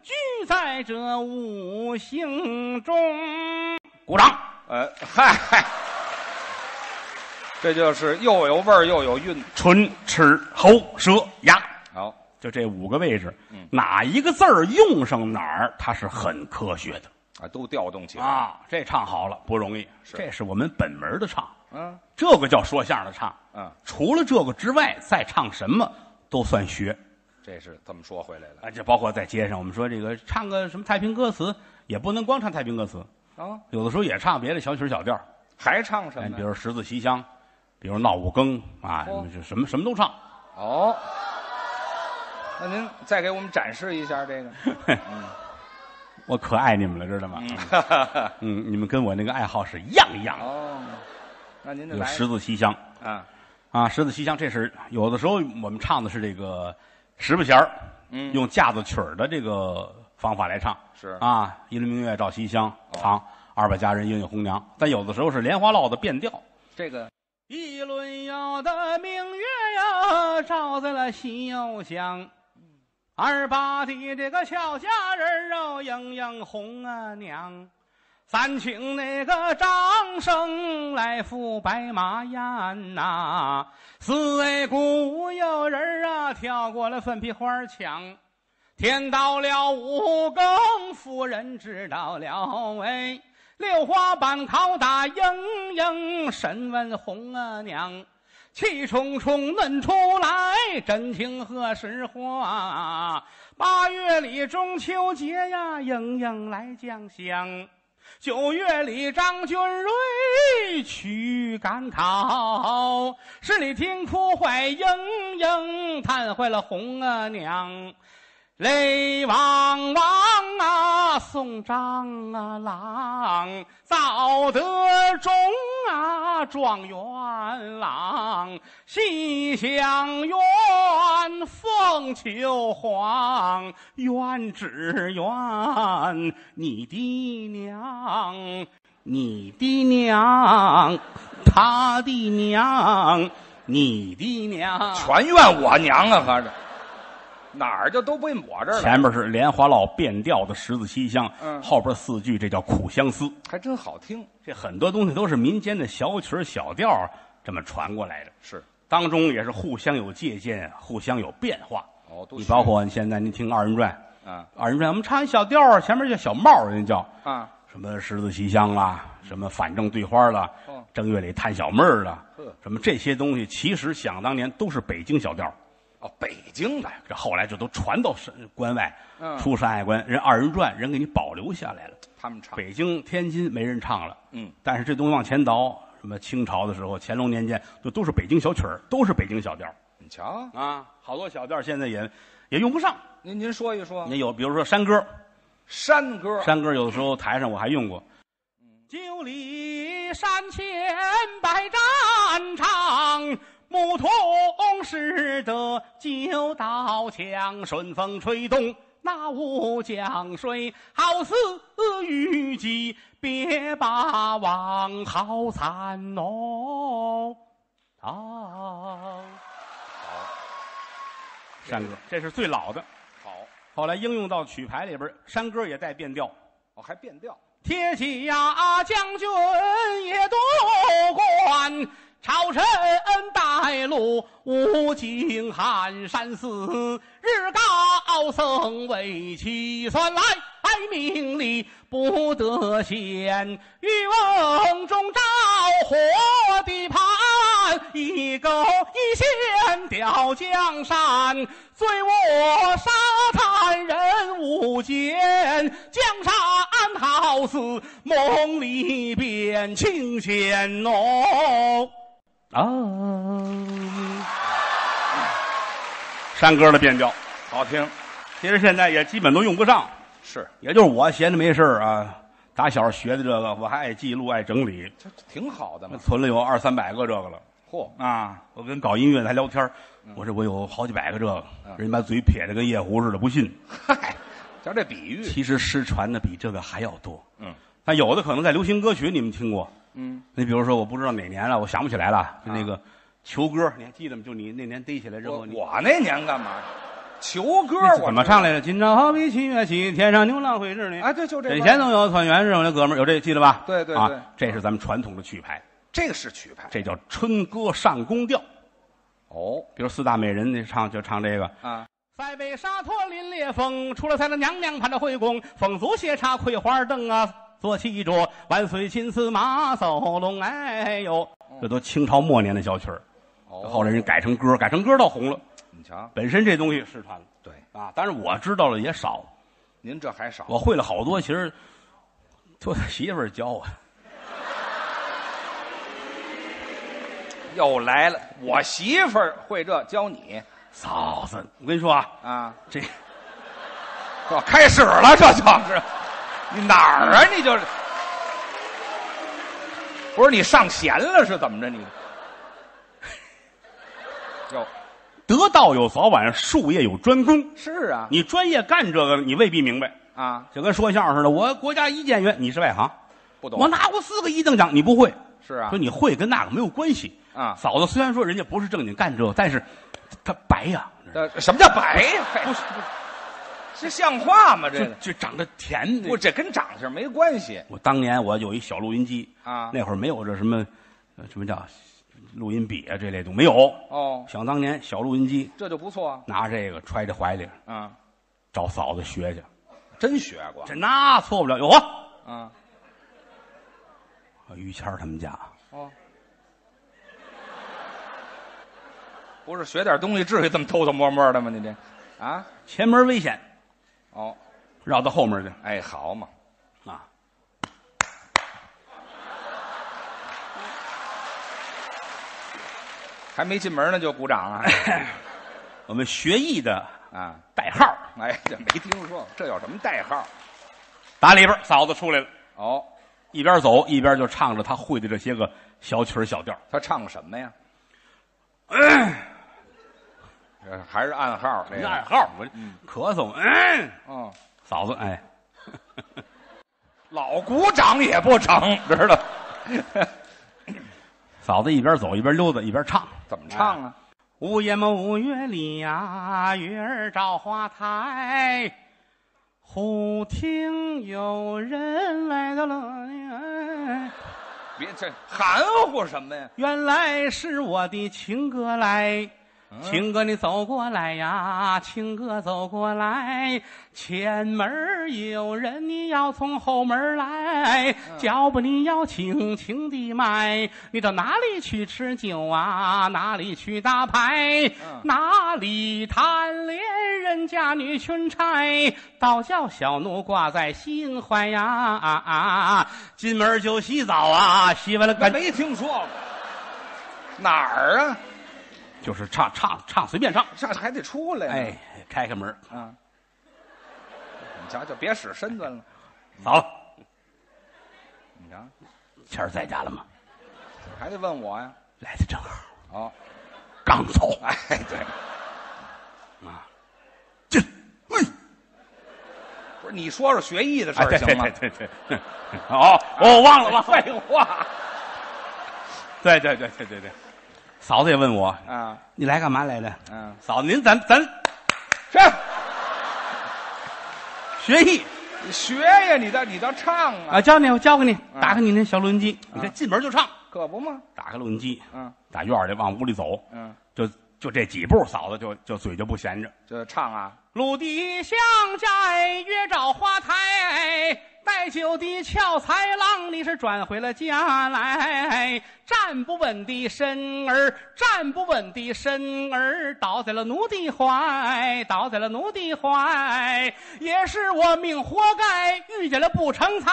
Speaker 1: 聚在这五行中。鼓掌。
Speaker 3: 呃，嗨嗨，这就是又有味儿又有韵，
Speaker 1: 唇、齿、喉、舌、牙，
Speaker 3: 好，
Speaker 1: 就这五个位置，
Speaker 3: 嗯
Speaker 1: 哪一个字儿用上哪儿，它是很科学的
Speaker 3: 啊，都调动起来，
Speaker 1: 啊。这唱好了不容易，
Speaker 3: 是
Speaker 1: 这是我们本门的唱，
Speaker 3: 嗯
Speaker 1: 这个叫说相声的唱。
Speaker 3: 嗯，
Speaker 1: 除了这个之外，再唱什么都算学
Speaker 3: 这是这么说回来的
Speaker 1: 啊。就包括在街上，我们说这个唱个什么太平歌词，也不能光唱太平歌词，
Speaker 3: 啊，
Speaker 1: 有的时候也唱别的小曲儿小调儿，
Speaker 3: 还唱什
Speaker 1: 哎，
Speaker 3: 么
Speaker 1: 比
Speaker 3: 呀？
Speaker 1: 如十字西厢，比如闹五更啊，什
Speaker 3: 哦
Speaker 1: 么就什么什么都唱。
Speaker 3: 哦，那您再给我们展示一下这个，
Speaker 1: 我可爱你们了，知道吗？嗯，你们跟我那个爱好是一样一样的。
Speaker 3: 哦，那您就
Speaker 1: 有
Speaker 3: 来
Speaker 1: 十字西厢
Speaker 3: 啊，
Speaker 1: 啊，十字西厢，这是有的时候我们唱的是这个十不弦儿，
Speaker 3: 嗯
Speaker 1: 用架子曲儿的这个方法来唱
Speaker 3: 是
Speaker 1: 啊，一轮明月照西厢，唐二百佳人应有红娘。但有的时候是莲花落的变调，
Speaker 3: 这个
Speaker 1: 一轮有的明月呀，照在了西游乡。二八的这个俏佳人肉盈盈红啊娘，三请那个张生来赴白马宴呐、四位鼓舞有人啊跳过了粉皮花墙。天到了五更，夫人知道了哎，六花板拷打莺莺，审问红阿娘，气冲冲问出来，真情何时话？八月里中秋节呀，莺莺来酱香。九月里张君瑞去赶考，十里听哭坏莺莺，叹坏了红阿娘。雷王王啊，宋张啊，郎造得中啊，状元郎西厢院，凤求凰，愿只愿你的娘，你的娘，他的娘，你的娘。
Speaker 3: 全怨我娘啊，合着哪儿就都奔我这儿了，
Speaker 1: 前面是莲花落变调的十字西厢，
Speaker 3: 嗯
Speaker 1: 后边四句这叫苦相思。
Speaker 3: 还真好听，
Speaker 1: 这很多东西都是民间的小曲儿小调儿这么传过来的，
Speaker 3: 是
Speaker 1: 当中也是互相有借鉴，互相有变化。
Speaker 3: 哦，都
Speaker 1: 你
Speaker 3: 学
Speaker 1: 包括现在您听二人转，
Speaker 3: 啊
Speaker 1: 二人转我们唱一小调儿，前面叫小帽儿，人家叫
Speaker 3: 啊，
Speaker 1: 什么十字西厢啦，什么反正对花啦
Speaker 3: 哦，
Speaker 1: 正月里探小妹儿啦
Speaker 3: 呵，
Speaker 1: 什么这些东西，其实想当年都是北京小调儿，
Speaker 3: 哦，北京的，
Speaker 1: 这后来就都传到山关外，
Speaker 3: 嗯
Speaker 1: 出山海关，人二人转人给你保留下来了。
Speaker 3: 他们唱，
Speaker 1: 啊北京、天津没人唱了，
Speaker 3: 嗯，
Speaker 1: 但是这东西往前倒，什么清朝的时候、乾隆年间，就都是北京小曲儿，都是北京小调儿
Speaker 3: 你瞧，
Speaker 1: 啊，好多小调儿现在也也用不上。
Speaker 3: 您您说一说，
Speaker 1: 也有，比如说山歌，
Speaker 3: 山歌，
Speaker 1: 山歌有的时候台上我还用过。嗯九里山前百战场，牧童拾得九道墙。顺风吹动那乌江水，好似虞姬别把王，好惨哦！啊，山歌，这是最老的。
Speaker 3: 好，
Speaker 1: 后来应用到曲牌里边儿，山歌也带变调。
Speaker 3: 哦，还变调，
Speaker 1: 铁骑呀，将军也夺冠，朝臣带路，武警寒山寺，日高僧为其算来，名利不得闲，玉瓮中着火的盘，一钩一线吊江山，醉卧沙滩人无间，江山好似梦里边清闲哦。啊，山歌的变调，
Speaker 3: 好听，
Speaker 1: 其实现在也基本都用不上。
Speaker 3: 是，
Speaker 1: 也就是我闲着没事儿啊，打小学的这个，我还爱记录、爱整理，
Speaker 3: 这挺好的嘛，
Speaker 1: 存了有二三百个这个了
Speaker 3: 嚯，
Speaker 1: 啊！嗯我跟搞音乐的还聊天儿我说我有好几百个这个，
Speaker 3: 嗯
Speaker 1: 人家把嘴撇的跟夜壶似的，不信。
Speaker 3: 嗨，瞧这比喻，
Speaker 1: 其实失传的比这个还要多，
Speaker 3: 嗯
Speaker 1: 但有的可能在流行歌曲你们听过。
Speaker 3: 嗯，啊
Speaker 1: 你比如说，我不知道哪年了，我想不起来了，就那个球歌，你还记得吗？就你那年逮起来之
Speaker 3: 我
Speaker 1: 后，你
Speaker 3: 我那年干嘛？求歌
Speaker 1: 那
Speaker 3: 我
Speaker 1: 怎么
Speaker 3: 知道
Speaker 1: 唱？来着？今朝好比七月起，天上牛郎会织女。
Speaker 3: 哎，对，就这
Speaker 1: 枕
Speaker 3: 个
Speaker 1: 前总有团圆，是我那哥们儿，有这记得吧？
Speaker 3: 对对对
Speaker 1: 啊，这是咱们传统的曲牌。
Speaker 3: 这个是曲牌
Speaker 1: 这叫春歌上宫调。
Speaker 3: 哦
Speaker 1: 比如四大美人，那唱就唱这个。
Speaker 3: 啊，
Speaker 1: 塞北沙陀林裂风，出了塞那娘娘盘着惠宫，凤足斜插葵花灯啊，坐骑着万岁金丝马走龙，哎呦，这都清朝末年的小曲儿，后
Speaker 3: 哦，
Speaker 1: 来人改成歌，改成歌倒红了。
Speaker 3: 你瞧，
Speaker 1: 本身这东西失传了
Speaker 3: 对，
Speaker 1: 啊，当然我知道了也少，
Speaker 3: 您这还少，
Speaker 1: 我会了好多，其实就他媳妇儿教我。
Speaker 3: 又来了，我媳妇儿会这教你
Speaker 1: 嫂子，我跟你说啊，
Speaker 3: 啊，
Speaker 1: 这
Speaker 3: 这开始了，这就是你哪儿啊？你就是不是你上弦了是怎么着你？哟，
Speaker 1: 得道有早晚，术业有专攻。
Speaker 3: 是啊
Speaker 1: 你专业干这个的，你未必明白，
Speaker 3: 啊，
Speaker 1: 就跟说相声似的。我国家一检员，你是外行，
Speaker 3: 不懂
Speaker 1: 我拿过四个一等奖，你不会，
Speaker 3: 是啊
Speaker 1: 说你会跟那个没有关系
Speaker 3: 啊
Speaker 1: 嫂子虽然说人家不是正经干这个，但是她白呀，
Speaker 3: 这什么叫白呀？
Speaker 1: 不
Speaker 3: 嘿
Speaker 1: 是
Speaker 3: 这像话吗？这
Speaker 1: 就
Speaker 3: 个
Speaker 1: 就长得甜。
Speaker 3: 不，这跟长相没关系
Speaker 1: 我当年我有一小录音机，
Speaker 3: 啊。
Speaker 1: 那会儿没有这什么，呃什么叫录音笔啊这类东西没有。
Speaker 3: 哦，
Speaker 1: 想当年小录音机，
Speaker 3: 这就不错啊。
Speaker 1: 拿这个揣着怀里
Speaker 3: 啊，
Speaker 1: 找嫂子学去，
Speaker 3: 真学过
Speaker 1: 这那错不了。有啊，
Speaker 3: 啊。
Speaker 1: 于谦儿他们家
Speaker 3: 哦，不是学点东西，至于这么偷偷摸摸的吗？你这，啊，
Speaker 1: 前门危险，
Speaker 3: 哦，
Speaker 1: 绕到后面去。
Speaker 3: 哎，好嘛，
Speaker 1: 啊。
Speaker 3: 还没进门呢就鼓 掌啊
Speaker 1: 我们学艺的
Speaker 3: 啊！
Speaker 1: 代号
Speaker 3: 哎，这没听说，这有什么代号？
Speaker 1: 打里边儿，嫂子出来了，
Speaker 3: 哦，
Speaker 1: 一边走一边就唱着他会的这些个小曲儿小调儿。
Speaker 3: 他唱什么呀？这还是暗号这
Speaker 1: 暗
Speaker 3: 个。
Speaker 1: 号，我咳嗽，嗯，
Speaker 3: 嗯，
Speaker 1: 嫂子，哎，
Speaker 3: 老鼓掌也不成，知道？
Speaker 1: 嫂子一边走一边溜达一边唱。
Speaker 3: 怎么唱啊？
Speaker 1: 哎五夜么五月里呀、月儿照花台，忽听有人来到了。哎
Speaker 3: 别这含糊什么呀？
Speaker 1: 原来是我的情歌来，情哥你走过来呀，情哥走过来，前门儿有人你要从后门儿来，脚步你要轻轻地迈，你到哪里去吃酒啊？哪里去打牌？哪里贪恋人家女裙钗？倒叫小奴挂在心怀呀！啊啊！进门儿就洗澡啊，洗完了
Speaker 3: 那
Speaker 1: 赶
Speaker 3: 没听说过，哪儿啊？
Speaker 1: 就是唱唱唱，随便唱。
Speaker 3: 这还得出来呢。
Speaker 1: 哎，开开门儿，
Speaker 3: 啊，你瞧瞧，别使身段了。
Speaker 1: 走了。
Speaker 3: 你瞧，
Speaker 1: 谦儿在家了吗？
Speaker 3: 还得问我呀？
Speaker 1: 来的正好，
Speaker 3: 哦，
Speaker 1: 刚走。
Speaker 3: 哎， 对，啊
Speaker 1: 进，
Speaker 3: 不是你说说学艺的事
Speaker 1: 哎，
Speaker 3: 儿
Speaker 1: 对
Speaker 3: 行
Speaker 1: 对
Speaker 3: 吗？
Speaker 1: 对对对，对 哦，我忘了忘了。
Speaker 3: 废话
Speaker 1: 对对对对对对，嫂子也问我，
Speaker 3: 啊，
Speaker 1: 你来干嘛来的？
Speaker 3: 嗯，
Speaker 1: 嫂子，您咱咱
Speaker 3: 是
Speaker 1: 学艺
Speaker 3: 你学呀，你倒你倒唱啊，
Speaker 1: 啊，教你，我教给你，
Speaker 3: 嗯
Speaker 1: 打开你那小录音机，你看进门就唱，
Speaker 3: 可不吗？
Speaker 1: 嗯打开录音机，
Speaker 3: 嗯
Speaker 1: 打院儿里往屋里走，
Speaker 3: 嗯，
Speaker 1: 就就这几步，嫂子就就嘴就不闲着。
Speaker 3: 这唱啊，
Speaker 1: 鲁地相寨，约找花台。带酒的俏才郎，你是转回了家来，站不稳的身儿，站不稳的身儿，倒在了奴的怀，倒在了奴的怀，也是我命活该，遇见了不成才，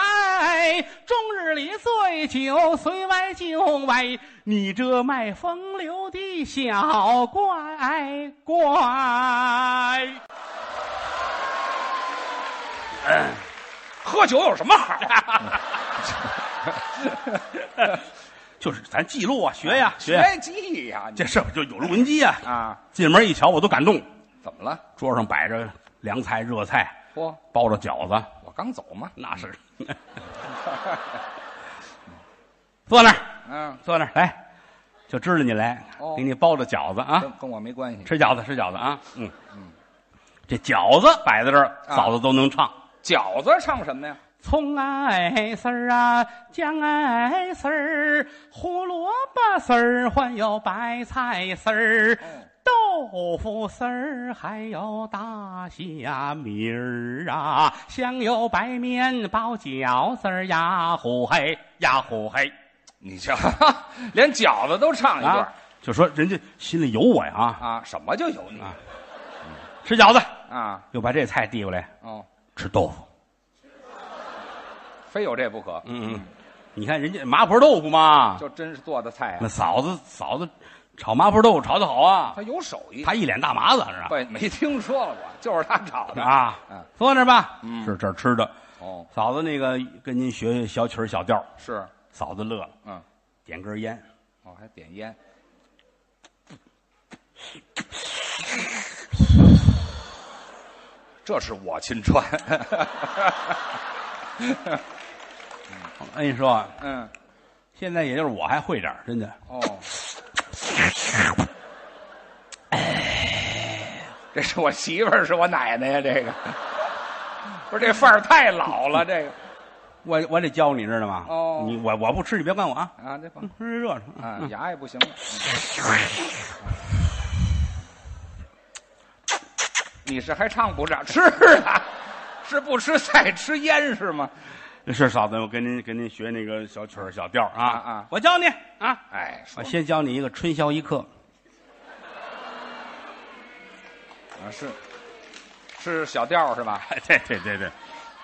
Speaker 1: 终日里醉酒，随歪就歪，你这卖风流的小乖乖。
Speaker 3: 喝酒有什么好？
Speaker 1: 就是咱记录啊，学呀、学呀、
Speaker 3: 学技呀，你
Speaker 1: 这事儿就有录音机啊。
Speaker 3: 啊，
Speaker 1: 进门一瞧，我都感动。
Speaker 3: 怎么了？
Speaker 1: 桌上摆着凉菜、热菜，
Speaker 3: 嚯，
Speaker 1: 包着饺子，
Speaker 3: 我刚走嘛，
Speaker 1: 那 是。坐那儿，
Speaker 3: 嗯，
Speaker 1: 坐那儿，来，就知道你来，
Speaker 3: 哦
Speaker 1: 给你包着饺子啊，
Speaker 3: 跟跟我没关系。
Speaker 1: 吃饺子，吃饺子啊，嗯这饺子摆在这儿，
Speaker 3: 啊
Speaker 1: 嫂子都能唱。
Speaker 3: 饺子唱什么呀？
Speaker 1: 葱哎丝儿啊，姜哎丝儿，胡萝卜丝儿，还有白菜丝儿，豆腐丝儿，还有大虾米儿啊，香油白面包饺子儿呀，呼嘿呀呼嘿
Speaker 3: 你瞧， 连饺子都唱一段
Speaker 1: 啊！就说人家心里有我呀啊！
Speaker 3: 啊？什么叫有你
Speaker 1: 啊吃饺子
Speaker 3: 啊？
Speaker 1: 又把这菜递过来，
Speaker 3: 哦，
Speaker 1: 吃豆腐。
Speaker 3: 非有这不可，
Speaker 1: 嗯嗯，你看人家麻婆豆腐嘛，
Speaker 3: 就真是做的菜
Speaker 1: 那
Speaker 3: 啊，
Speaker 1: 嫂子嫂子炒麻婆豆腐炒的好啊。
Speaker 3: 他有手艺。
Speaker 1: 他一脸大麻子是吧？
Speaker 3: 对，没听说过，就是他炒的。
Speaker 1: 啊
Speaker 3: 嗯，
Speaker 1: 坐那儿吧，
Speaker 3: 嗯
Speaker 1: 是这儿吃的。
Speaker 3: 哦，
Speaker 1: 嫂子那个跟您学学小曲儿小调儿，
Speaker 3: 是，
Speaker 1: 嫂子乐了，
Speaker 3: 嗯，
Speaker 1: 点根烟，
Speaker 3: 哦，还点烟，这是我亲穿。
Speaker 1: 我跟你说啊，
Speaker 3: 嗯，
Speaker 1: 现在也就是我还会点儿真的。
Speaker 3: 哦，这是我媳妇儿，是我奶奶呀，这个。不是这范儿太老了，这个
Speaker 1: 我我得教你知道吗？
Speaker 3: 哦
Speaker 1: 你我我不吃，你别管我啊，
Speaker 3: 啊，这不
Speaker 1: 吃热着。
Speaker 3: 啊，牙也不行了。嗯你是还唱不唱？吃啊，是不吃菜吃烟是吗？
Speaker 1: 是嫂子，我跟您跟您学那个小曲儿小调儿啊
Speaker 3: 啊啊
Speaker 1: 我教你啊，
Speaker 3: 哎，
Speaker 1: 我
Speaker 3: 说
Speaker 1: 先教你一个《春宵一刻
Speaker 3: 啊是，是小调是吧？》。
Speaker 1: 对对对 对，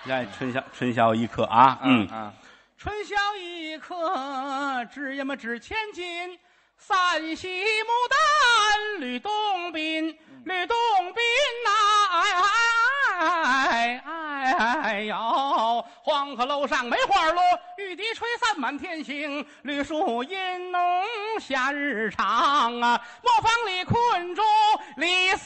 Speaker 1: 哎，春宵春宵一刻啊，嗯。
Speaker 3: 啊，
Speaker 1: 春宵一刻，值呀么值千金。三喜牡丹吕洞宾，吕洞宾呐、哎哎哎哎呦！黄鹤楼上梅花落，玉笛吹散满天星。绿树阴浓夏日长啊，磨坊里困住李三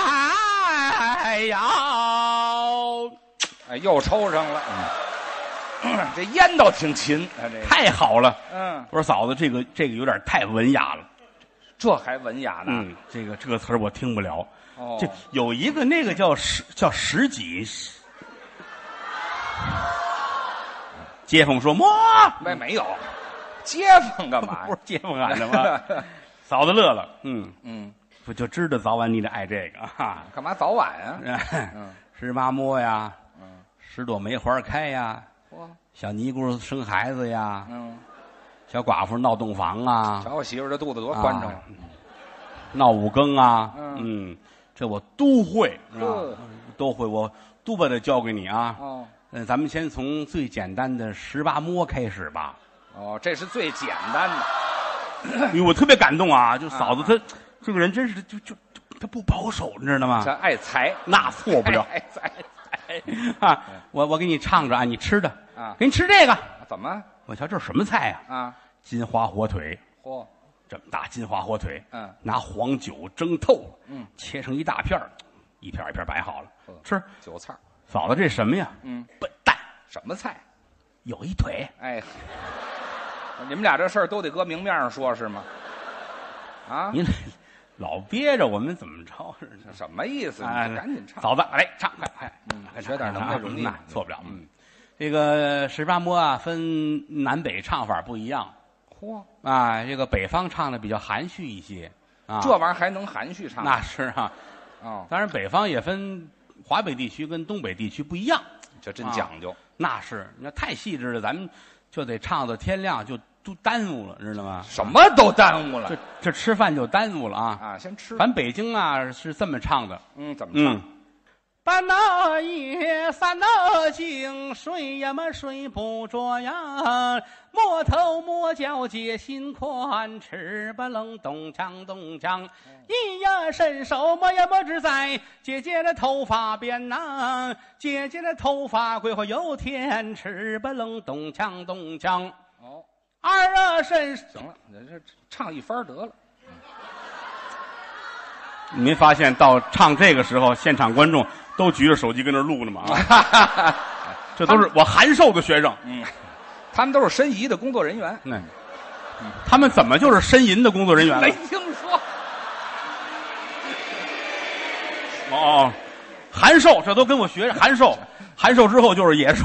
Speaker 1: 娘啊！哎呦！
Speaker 3: 哎，又抽上了。嗯这烟倒挺勤啊，这个，
Speaker 1: 太好了。
Speaker 3: 嗯，
Speaker 1: 我说嫂子，这个这个有点太文雅了。
Speaker 3: 这还文雅呢。
Speaker 1: 嗯，这个这个词儿我听不了。
Speaker 3: 哦
Speaker 1: 这有一个那个叫十叫十几，街坊说么，
Speaker 3: 没没有，街坊干嘛
Speaker 1: 不
Speaker 3: 呀
Speaker 1: 是？街坊喊的吗？嫂子乐了，嗯，
Speaker 3: 嗯，
Speaker 1: 我就知道早晚你得爱这个啊。
Speaker 3: 干嘛早晚啊？
Speaker 1: 十八摸呀，
Speaker 3: 嗯
Speaker 1: 十朵梅花开呀，
Speaker 3: 嚯，
Speaker 1: 小尼姑生孩子呀，
Speaker 3: 嗯，
Speaker 1: 小寡妇闹洞房啊，
Speaker 3: 瞧我媳妇儿这肚子多宽敞
Speaker 1: 啊，闹五更啊，
Speaker 3: 嗯
Speaker 1: 嗯，这我都会，是
Speaker 3: 呵
Speaker 1: 吧？都会，我都把它交给你啊。
Speaker 3: 哦
Speaker 1: 嗯，咱们先从最简单的十八摸开始吧。
Speaker 3: 哦，这是最简单的，
Speaker 1: 因为我特别感动啊，就嫂子
Speaker 3: 啊
Speaker 1: 她这个人真是就就就她不保守，你知道吗？
Speaker 3: 咱爱财，
Speaker 1: 那错啊不了
Speaker 3: 爱财爱财，
Speaker 1: 啊！我我给你唱着啊，你吃的
Speaker 3: 啊
Speaker 1: 给你吃这个。
Speaker 3: 怎么
Speaker 1: 我瞧这是什么菜啊？
Speaker 3: 啊？
Speaker 1: 金华火腿，
Speaker 3: 嚯，
Speaker 1: 这么大金华火腿，
Speaker 3: 嗯，
Speaker 1: 拿黄酒蒸透了，
Speaker 3: 嗯，
Speaker 1: 切成一大片儿一片儿一片儿摆好了
Speaker 3: 嗯
Speaker 1: 吃。
Speaker 3: 韭菜儿
Speaker 1: 嫂子，这什么呀？
Speaker 3: 嗯，
Speaker 1: 笨蛋，
Speaker 3: 什么菜？
Speaker 1: 有一腿，
Speaker 3: 哎， 你们俩这事儿都得搁明面上说，是吗？啊，
Speaker 1: 您老憋着我们怎么着似的？
Speaker 3: 什么意思？你
Speaker 1: 哎
Speaker 3: 就赶紧唱。
Speaker 1: 嫂子，来唱，快快，
Speaker 3: 嗯学点能耐容易
Speaker 1: 啊
Speaker 3: 吗
Speaker 1: 那错不了。
Speaker 3: 嗯
Speaker 1: 嗯，这个十八摸啊，分南北唱法不一样
Speaker 3: 嚯，
Speaker 1: 啊。这个北方唱的比较含蓄一些啊，
Speaker 3: 这玩意儿还能含蓄唱？
Speaker 1: 那是啊。
Speaker 3: 哦，
Speaker 1: 当然，北方也分华北地区跟东北地区不一样，
Speaker 3: 这真讲究。
Speaker 1: 那是那太细致了，咱们就得唱到天亮，就都耽误了，知道吗？
Speaker 3: 什么都耽误
Speaker 1: 这
Speaker 3: 了
Speaker 1: 这吃饭就耽误了啊。
Speaker 3: 啊！先吃，
Speaker 1: 咱北京啊是这么唱的，
Speaker 3: 嗯，怎么
Speaker 1: 嗯
Speaker 3: 唱？，
Speaker 1: 半那夜三那更，睡呀么睡不着呀，摸头摸脚解心宽，吃吧冷咚锵咚锵，一呀伸手摸呀摸只在姐姐的头发边呐、姐姐的头发桂花油甜，吃吧冷咚锵咚锵，
Speaker 3: 哦，
Speaker 1: 二啊伸，
Speaker 3: 行了，你这唱一番得了。
Speaker 1: 您发现到唱这个时候，现场观众都举着手机跟那录呢 吗？这
Speaker 3: 都是
Speaker 1: 我函授的学生。
Speaker 3: 嗯 他们都是申遗的工作人员，
Speaker 1: 那、他们怎么就是呻吟的工作人员了
Speaker 3: 没？听说。
Speaker 1: 哦哦，函授，这都跟我学着函 授，函授之后就是野兽。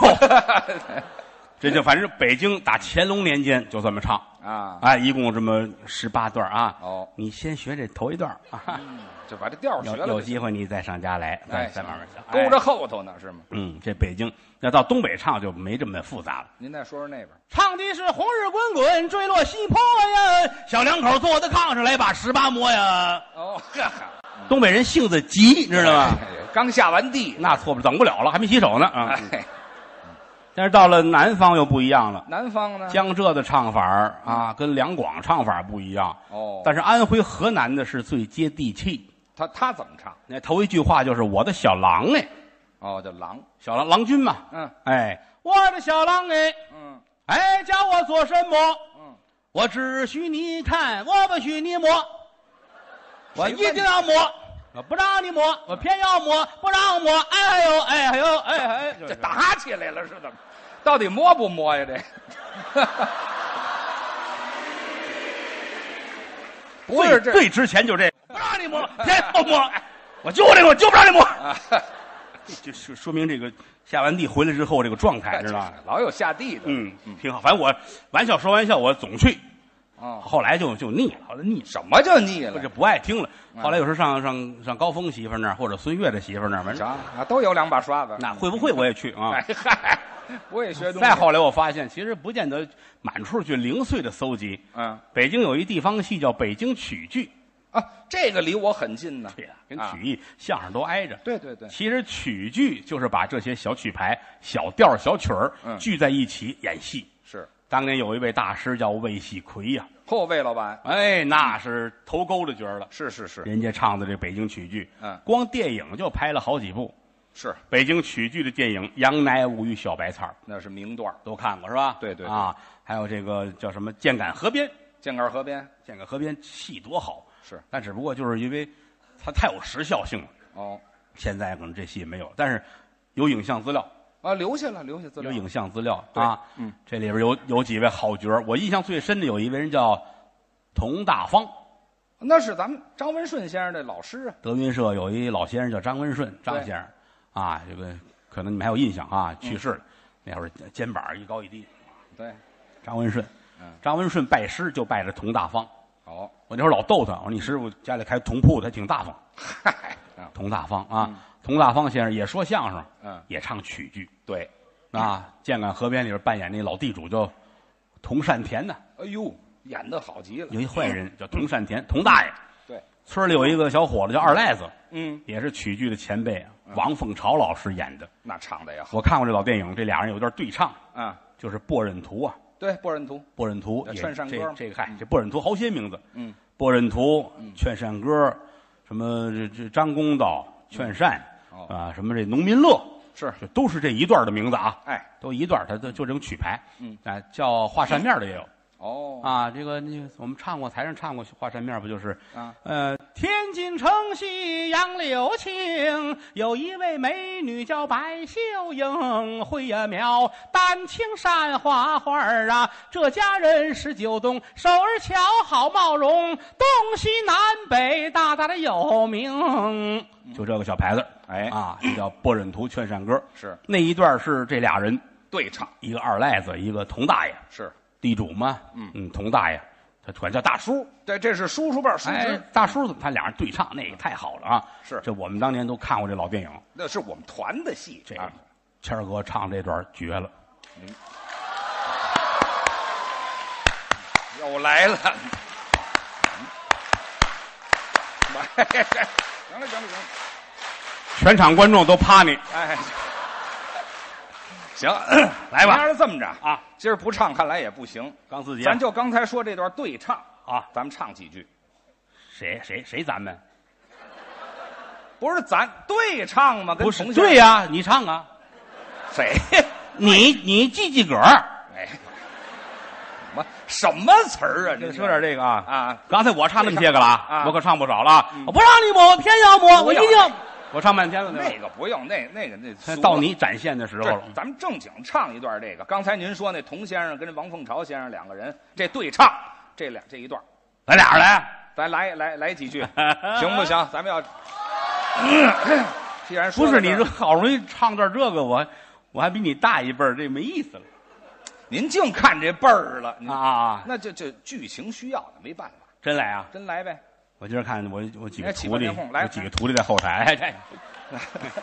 Speaker 1: 这就反正北京打乾隆年间就这么唱，
Speaker 3: 啊，
Speaker 1: 哎，一共这么十八段啊。
Speaker 3: 哦嗯
Speaker 1: 你先学这头一段啊，
Speaker 3: 就把这调儿学
Speaker 1: 有
Speaker 3: 了
Speaker 1: 有
Speaker 3: 就行，
Speaker 1: 机会你再上家来，再
Speaker 3: 哎，
Speaker 1: 再慢慢想。
Speaker 3: 勾
Speaker 1: 哎
Speaker 3: 着后头呢是吗？
Speaker 1: 嗯，这北京要到东北唱就没这么复杂了。
Speaker 3: 您再说说那边儿，
Speaker 1: 唱的是红日滚滚坠落西坡呀，小两口坐在炕上来把十八摸呀。
Speaker 3: 哦， 哈哈，
Speaker 1: 东北人性子急，知道吗？
Speaker 3: 哎？刚下完地，
Speaker 1: 那错不了等不了了，还没洗手呢啊！
Speaker 3: 哎，
Speaker 1: 但是到了南方又不一样了，
Speaker 3: 南方呢？
Speaker 1: 江浙的唱法儿啊，跟两广唱法儿不一样。
Speaker 3: 哦，
Speaker 1: 但是安徽、河南的是最接地气。
Speaker 3: 他他怎么唱？
Speaker 1: 那头一句话就是我的小郎哎，
Speaker 3: 哦，叫狼，
Speaker 1: 小郎郎君嘛，
Speaker 3: 嗯
Speaker 1: 哎，我的小郎哎，
Speaker 3: 嗯
Speaker 1: 哎，叫我做什么？
Speaker 3: 嗯，
Speaker 1: 我只许你看，我不许你摸，我一定要摸，我不让你摸，我偏要摸，不让摸，哎呦哎呦哎哎，
Speaker 3: 这打起来了是怎么？到底摸不摸呀？这 不是这
Speaker 1: 最最值钱就这个，不让你摸，偏要摸，我就这个，我就不让你摸。
Speaker 3: 啊，
Speaker 1: 就是说明这个下完地回来之后这个状态，哎知道吧？
Speaker 3: 老有下地的，
Speaker 1: 嗯，挺好。反正我玩笑说玩笑，我总去，
Speaker 3: 哦，
Speaker 1: 后来就就腻了，后来腻了，
Speaker 3: 什么叫腻了
Speaker 1: 就？不爱听了。后来有时候上上上高峰媳妇儿那儿，或者孙越的媳妇儿那儿，反
Speaker 3: 啥
Speaker 1: 正
Speaker 3: 啊？都有两把刷子。
Speaker 1: 那会不会我也去啊
Speaker 3: 哎？嗨，我也学东西。
Speaker 1: 再后来我发现，其实不见得满处去零碎的搜集。
Speaker 3: 嗯
Speaker 1: 北京有一地方戏叫北京曲剧，
Speaker 3: 啊，这个离我很近呢。
Speaker 1: 对呀、跟
Speaker 3: 啊
Speaker 1: 曲艺、相声都挨着。
Speaker 3: 对对对，
Speaker 1: 其实曲剧就是把这些小曲牌、小调儿、小曲儿
Speaker 3: 嗯
Speaker 1: 聚在一起演戏。
Speaker 3: 是
Speaker 1: 当年有一位大师叫魏喜奎呀、
Speaker 3: 后魏老板，
Speaker 1: 哎，那是头钩的角儿了。
Speaker 3: 是是是
Speaker 1: 人家唱的这北京曲剧，
Speaker 3: 嗯
Speaker 1: 光电影就拍了好几部
Speaker 3: 是，
Speaker 1: 北京曲剧的电影，《杨乃武与小白菜儿
Speaker 3: 那是名段儿。》
Speaker 1: 都看过是吧？
Speaker 3: 对对对
Speaker 1: 啊，还有这个叫什么《箭杆河边》，《
Speaker 3: 箭杆河边
Speaker 1: 箭杆河边》戏多好，
Speaker 3: 是
Speaker 1: 但只不过就是因为它太有时效性了，
Speaker 3: 哦
Speaker 1: 现在可能这戏没有，但是有影像资料，
Speaker 3: 啊，留下了留下资
Speaker 1: 有
Speaker 3: 料。
Speaker 1: 影像资料
Speaker 3: 对
Speaker 1: 啊。
Speaker 3: 嗯，
Speaker 1: 这里边有有几位好角儿，我印象最深的有一位人叫佟大方，
Speaker 3: 那是咱们张文顺先生的老师啊。
Speaker 1: 德云社有一老先生叫张文顺，张
Speaker 3: 对嗯
Speaker 1: 先生，啊，这个可能你们还有印象啊，去世了，那会儿肩膀一高一低，
Speaker 3: 对，
Speaker 1: 张文顺
Speaker 3: 嗯，
Speaker 1: 张文顺拜师就拜着佟大方，
Speaker 3: 好，
Speaker 1: 我那会儿老逗他，我说你师傅家里开铜铺的，他挺大方，
Speaker 3: 嗨，啊
Speaker 1: 佟大方啊，佟大方先生也说相声，
Speaker 3: 嗯，
Speaker 1: 也唱曲剧
Speaker 3: 对，
Speaker 1: 啊。建港河边里边扮演那老地主叫佟善田呢，
Speaker 3: 哎呦，演的好极了，
Speaker 1: 有一坏人叫佟善田，佟大爷。
Speaker 3: 嗯对，
Speaker 1: 村里有一个小伙子叫二赖子，
Speaker 3: 嗯，
Speaker 1: 也是曲剧的前辈，啊王凤朝老师演的。
Speaker 3: 那唱的也好
Speaker 1: 我看过这老电影，这俩人有段对唱，
Speaker 3: 啊，
Speaker 1: 就是《波忍图》啊，
Speaker 3: 对，《波人图》
Speaker 1: 《波忍图》
Speaker 3: 那
Speaker 1: 也
Speaker 3: 劝善歌
Speaker 1: 这
Speaker 3: 嘛
Speaker 1: 这个嗨，这《波忍图》好些名字，
Speaker 3: 嗯，
Speaker 1: 波忍图、劝善歌，什么这这张公道、劝善
Speaker 3: 哦
Speaker 1: 啊，什么这农民乐，
Speaker 3: 是，
Speaker 1: 这 都是这一段的名字啊，
Speaker 3: 哎，
Speaker 1: 都一段，它它就这种曲牌，
Speaker 3: 嗯，
Speaker 1: 哎，叫画扇面的也有
Speaker 3: 哦，
Speaker 1: 啊，这个那个我们唱过，台上唱过画扇面，不就是
Speaker 3: 啊，
Speaker 1: 呃，天津城西杨柳青，有一位美女叫白秀英，会呀描丹青山花花儿啊。这家人十九洞，首尔桥好貌容，东西南北大大的有名。就这个小牌子，
Speaker 3: 嗯哎
Speaker 1: 啊，就叫《波忍图劝善歌》。
Speaker 3: 是
Speaker 1: 那一段是这俩人，
Speaker 3: 对唱，
Speaker 1: 一个二赖子，一个佟大爷，
Speaker 3: 是，
Speaker 1: 地主嘛，嗯嗯，佟大爷，他管叫大叔。
Speaker 3: 对，这是叔叔辈儿叔
Speaker 1: 哎
Speaker 3: 侄，，
Speaker 1: 大叔，他俩人对唱，那也太好了啊！
Speaker 3: 是
Speaker 1: 这我们当年都看过这老电影，
Speaker 3: 那是我们团的戏，
Speaker 1: 这
Speaker 3: 啊
Speaker 1: 谦儿哥唱这段绝了，
Speaker 3: 又来了。 哎行了行了行了，
Speaker 1: 全场观众都趴你
Speaker 3: 哎，行，
Speaker 1: 来吧
Speaker 3: 明儿这么着，
Speaker 1: 啊！
Speaker 3: 今儿不唱看来也不行，
Speaker 1: 刚自己
Speaker 3: 咱就刚才说这段对唱，
Speaker 1: 啊，
Speaker 3: 咱们唱几句，
Speaker 1: 谁谁谁咱们
Speaker 3: 不是咱对唱吗？跟
Speaker 1: 不是
Speaker 3: 同学
Speaker 1: 对呀、你唱啊，
Speaker 3: 谁？
Speaker 1: 你你记记个儿，
Speaker 3: 哎，什么什么词儿啊？这
Speaker 1: 说点这个啊
Speaker 3: 啊！
Speaker 1: 刚才我唱那么些个了啊
Speaker 3: 啊
Speaker 1: 我可唱不少了啊！我不让你抹，我偏要抹，我一定
Speaker 3: 不要
Speaker 1: 我唱半天了，
Speaker 3: 那
Speaker 1: 对吧？
Speaker 3: 个不用，那那个那俗了
Speaker 1: 到你展现的时候
Speaker 3: 这
Speaker 1: 了，
Speaker 3: 咱们正经唱一段这个。刚才您说那童先生跟王凤朝先生两个人这对唱，这两这一段，
Speaker 1: 咱俩人 来，
Speaker 3: 咱来来来几句，行不行？咱们要，啊 既然说
Speaker 1: 不
Speaker 3: 到
Speaker 1: 是
Speaker 3: 这
Speaker 1: 你
Speaker 3: 儿
Speaker 1: 这好容易唱段这个，我我还比你大一辈儿，这没意思了。
Speaker 3: 您净看这辈儿了您
Speaker 1: 啊，
Speaker 3: 那就这剧情需要的，没办法，
Speaker 1: 真来啊！
Speaker 3: 真来 呗。
Speaker 1: 我今儿看我我几个
Speaker 3: 哎起
Speaker 1: 徒弟，
Speaker 3: 半天空来
Speaker 1: 我几个徒弟在后台，哎，这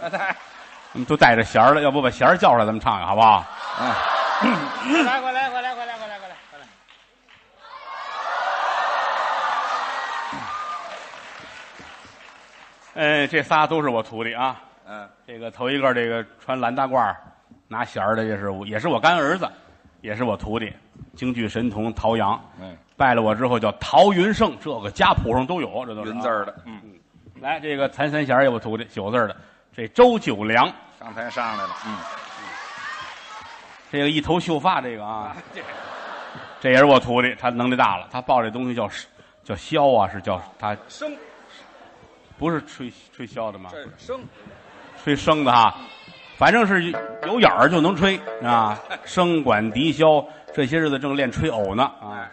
Speaker 3: 来，
Speaker 1: 他们都带着弦儿了，要不把弦儿叫出来，咱们唱唱好不好？
Speaker 3: 嗯
Speaker 4: 来，快来，快来，快来，快来，快来，快来！
Speaker 1: 嗯，这仨都是我徒弟啊。
Speaker 3: 嗯，
Speaker 1: 这个头一个，这个穿蓝大褂儿拿弦儿的，这是我，也是我干儿子，也是我徒弟，京剧神童陶阳。
Speaker 3: 嗯，
Speaker 1: 拜了我之后叫陶云胜，这个家谱上都有，这都是啊
Speaker 3: 云字。儿的，嗯，
Speaker 1: 来，这个谭三弦儿也我徒弟，九字儿的，这周九良，
Speaker 3: 刚才上来了，嗯，
Speaker 1: 这个一头秀发，这个啊，
Speaker 3: 这
Speaker 1: 这也是我徒弟，他能力大了，他抱这东西叫叫箫啊，是叫他
Speaker 3: 生
Speaker 1: 不是吹吹箫的吗？
Speaker 3: 这是生，
Speaker 1: 吹笙的哈，反正是有眼儿就能吹啊，笙管笛箫，这些日子正练吹偶呢啊。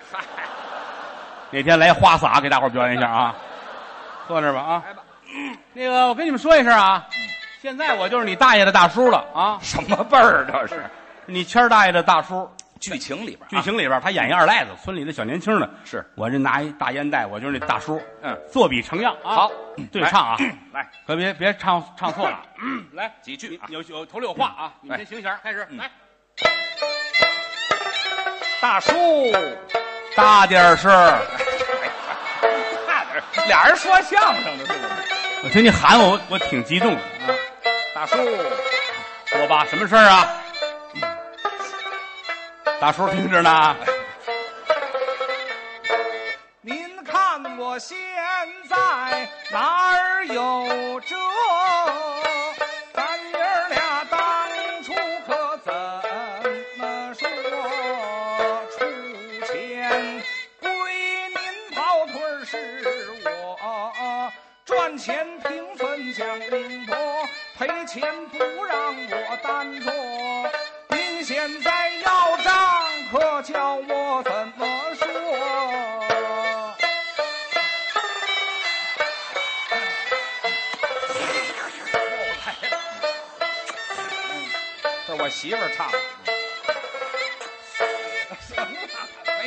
Speaker 1: 哪天来花洒给大伙儿表演一下啊，坐那儿吧啊。
Speaker 3: 来吧，
Speaker 1: 那个我跟你们说一声啊，现在我就是你大爷的大叔了啊，
Speaker 3: 什么辈儿这是？
Speaker 1: 你谦儿大爷的大叔。
Speaker 3: 剧情里边啊，
Speaker 1: 剧情里边儿他演一二赖子，村里的小年轻的，
Speaker 3: 是，
Speaker 1: 我这拿一大烟袋，我就是那大叔，
Speaker 3: 嗯，
Speaker 1: 作笔成样啊。
Speaker 3: 好，
Speaker 1: 对唱啊，
Speaker 3: 来
Speaker 1: 可别别唱唱错 了。
Speaker 3: 来几句啊，
Speaker 1: 有有头里有话啊，你们
Speaker 3: 哎
Speaker 1: 先行弦儿开始
Speaker 3: 嗯
Speaker 1: 来。
Speaker 3: 大叔，
Speaker 1: 大点儿声儿，
Speaker 3: 差点儿俩人说相声的，对不对？
Speaker 1: 我听你喊我，我我挺激动的。
Speaker 3: 大叔，
Speaker 1: 说吧，什么事儿啊？大叔听着呢，
Speaker 3: 您看我现在哪儿有辙？咱爷儿俩当初可怎么说？出钱归您跑腿儿是我赚钱平分享我赔钱不让我担着。您现在要账，可叫我怎么说？这我媳妇儿唱的。什么？没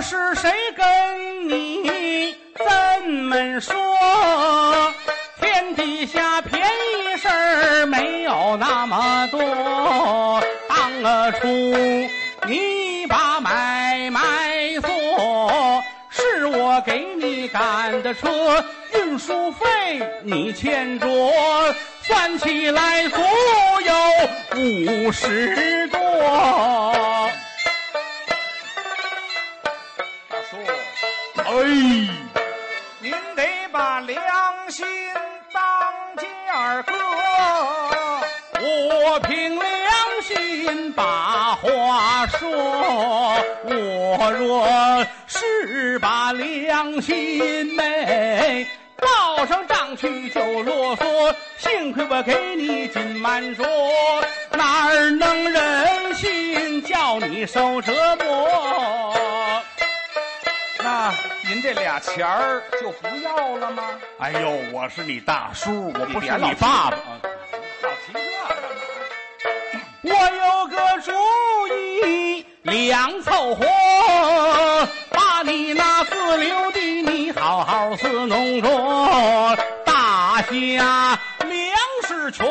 Speaker 1: 是谁跟你怎么说？天底下便宜事儿没有那么多，当得初你把买卖做，是我给你赶的车，运输费你欠着，算起来足有五十多。
Speaker 3: 大叔，
Speaker 2: 哎，
Speaker 3: 您得把良心当尖儿搁，
Speaker 1: 我凭良心把话说，我若是把良心昧报上账去就啰嗦，幸亏我给你紧瞒着，哪儿能忍心叫你受折磨？
Speaker 3: 那您这俩钱儿就不要了吗？
Speaker 1: 哎呦，我是你大叔，我
Speaker 2: 不是你
Speaker 1: 爸爸。
Speaker 3: 啊老提这干嘛？
Speaker 1: 我有个主意，两凑合，把你那四流的你好好伺弄着，大家粮食全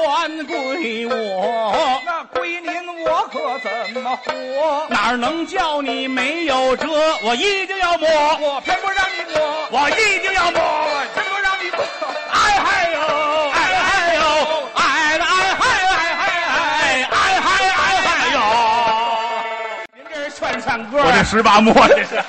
Speaker 1: 归我，
Speaker 3: 那归您，我可怎么活？
Speaker 1: 哪儿能叫你没有辙？我一定要摸，
Speaker 3: 我偏不让你摸，
Speaker 1: 我一定要摸！
Speaker 3: 偏不让你摸。
Speaker 1: 哎嗨呦，哎嗨呦，哎了哎嗨哎嗨哎哎嗨哎嗨呦！
Speaker 4: 您这是劝唱歌
Speaker 2: 我这十八摸这是。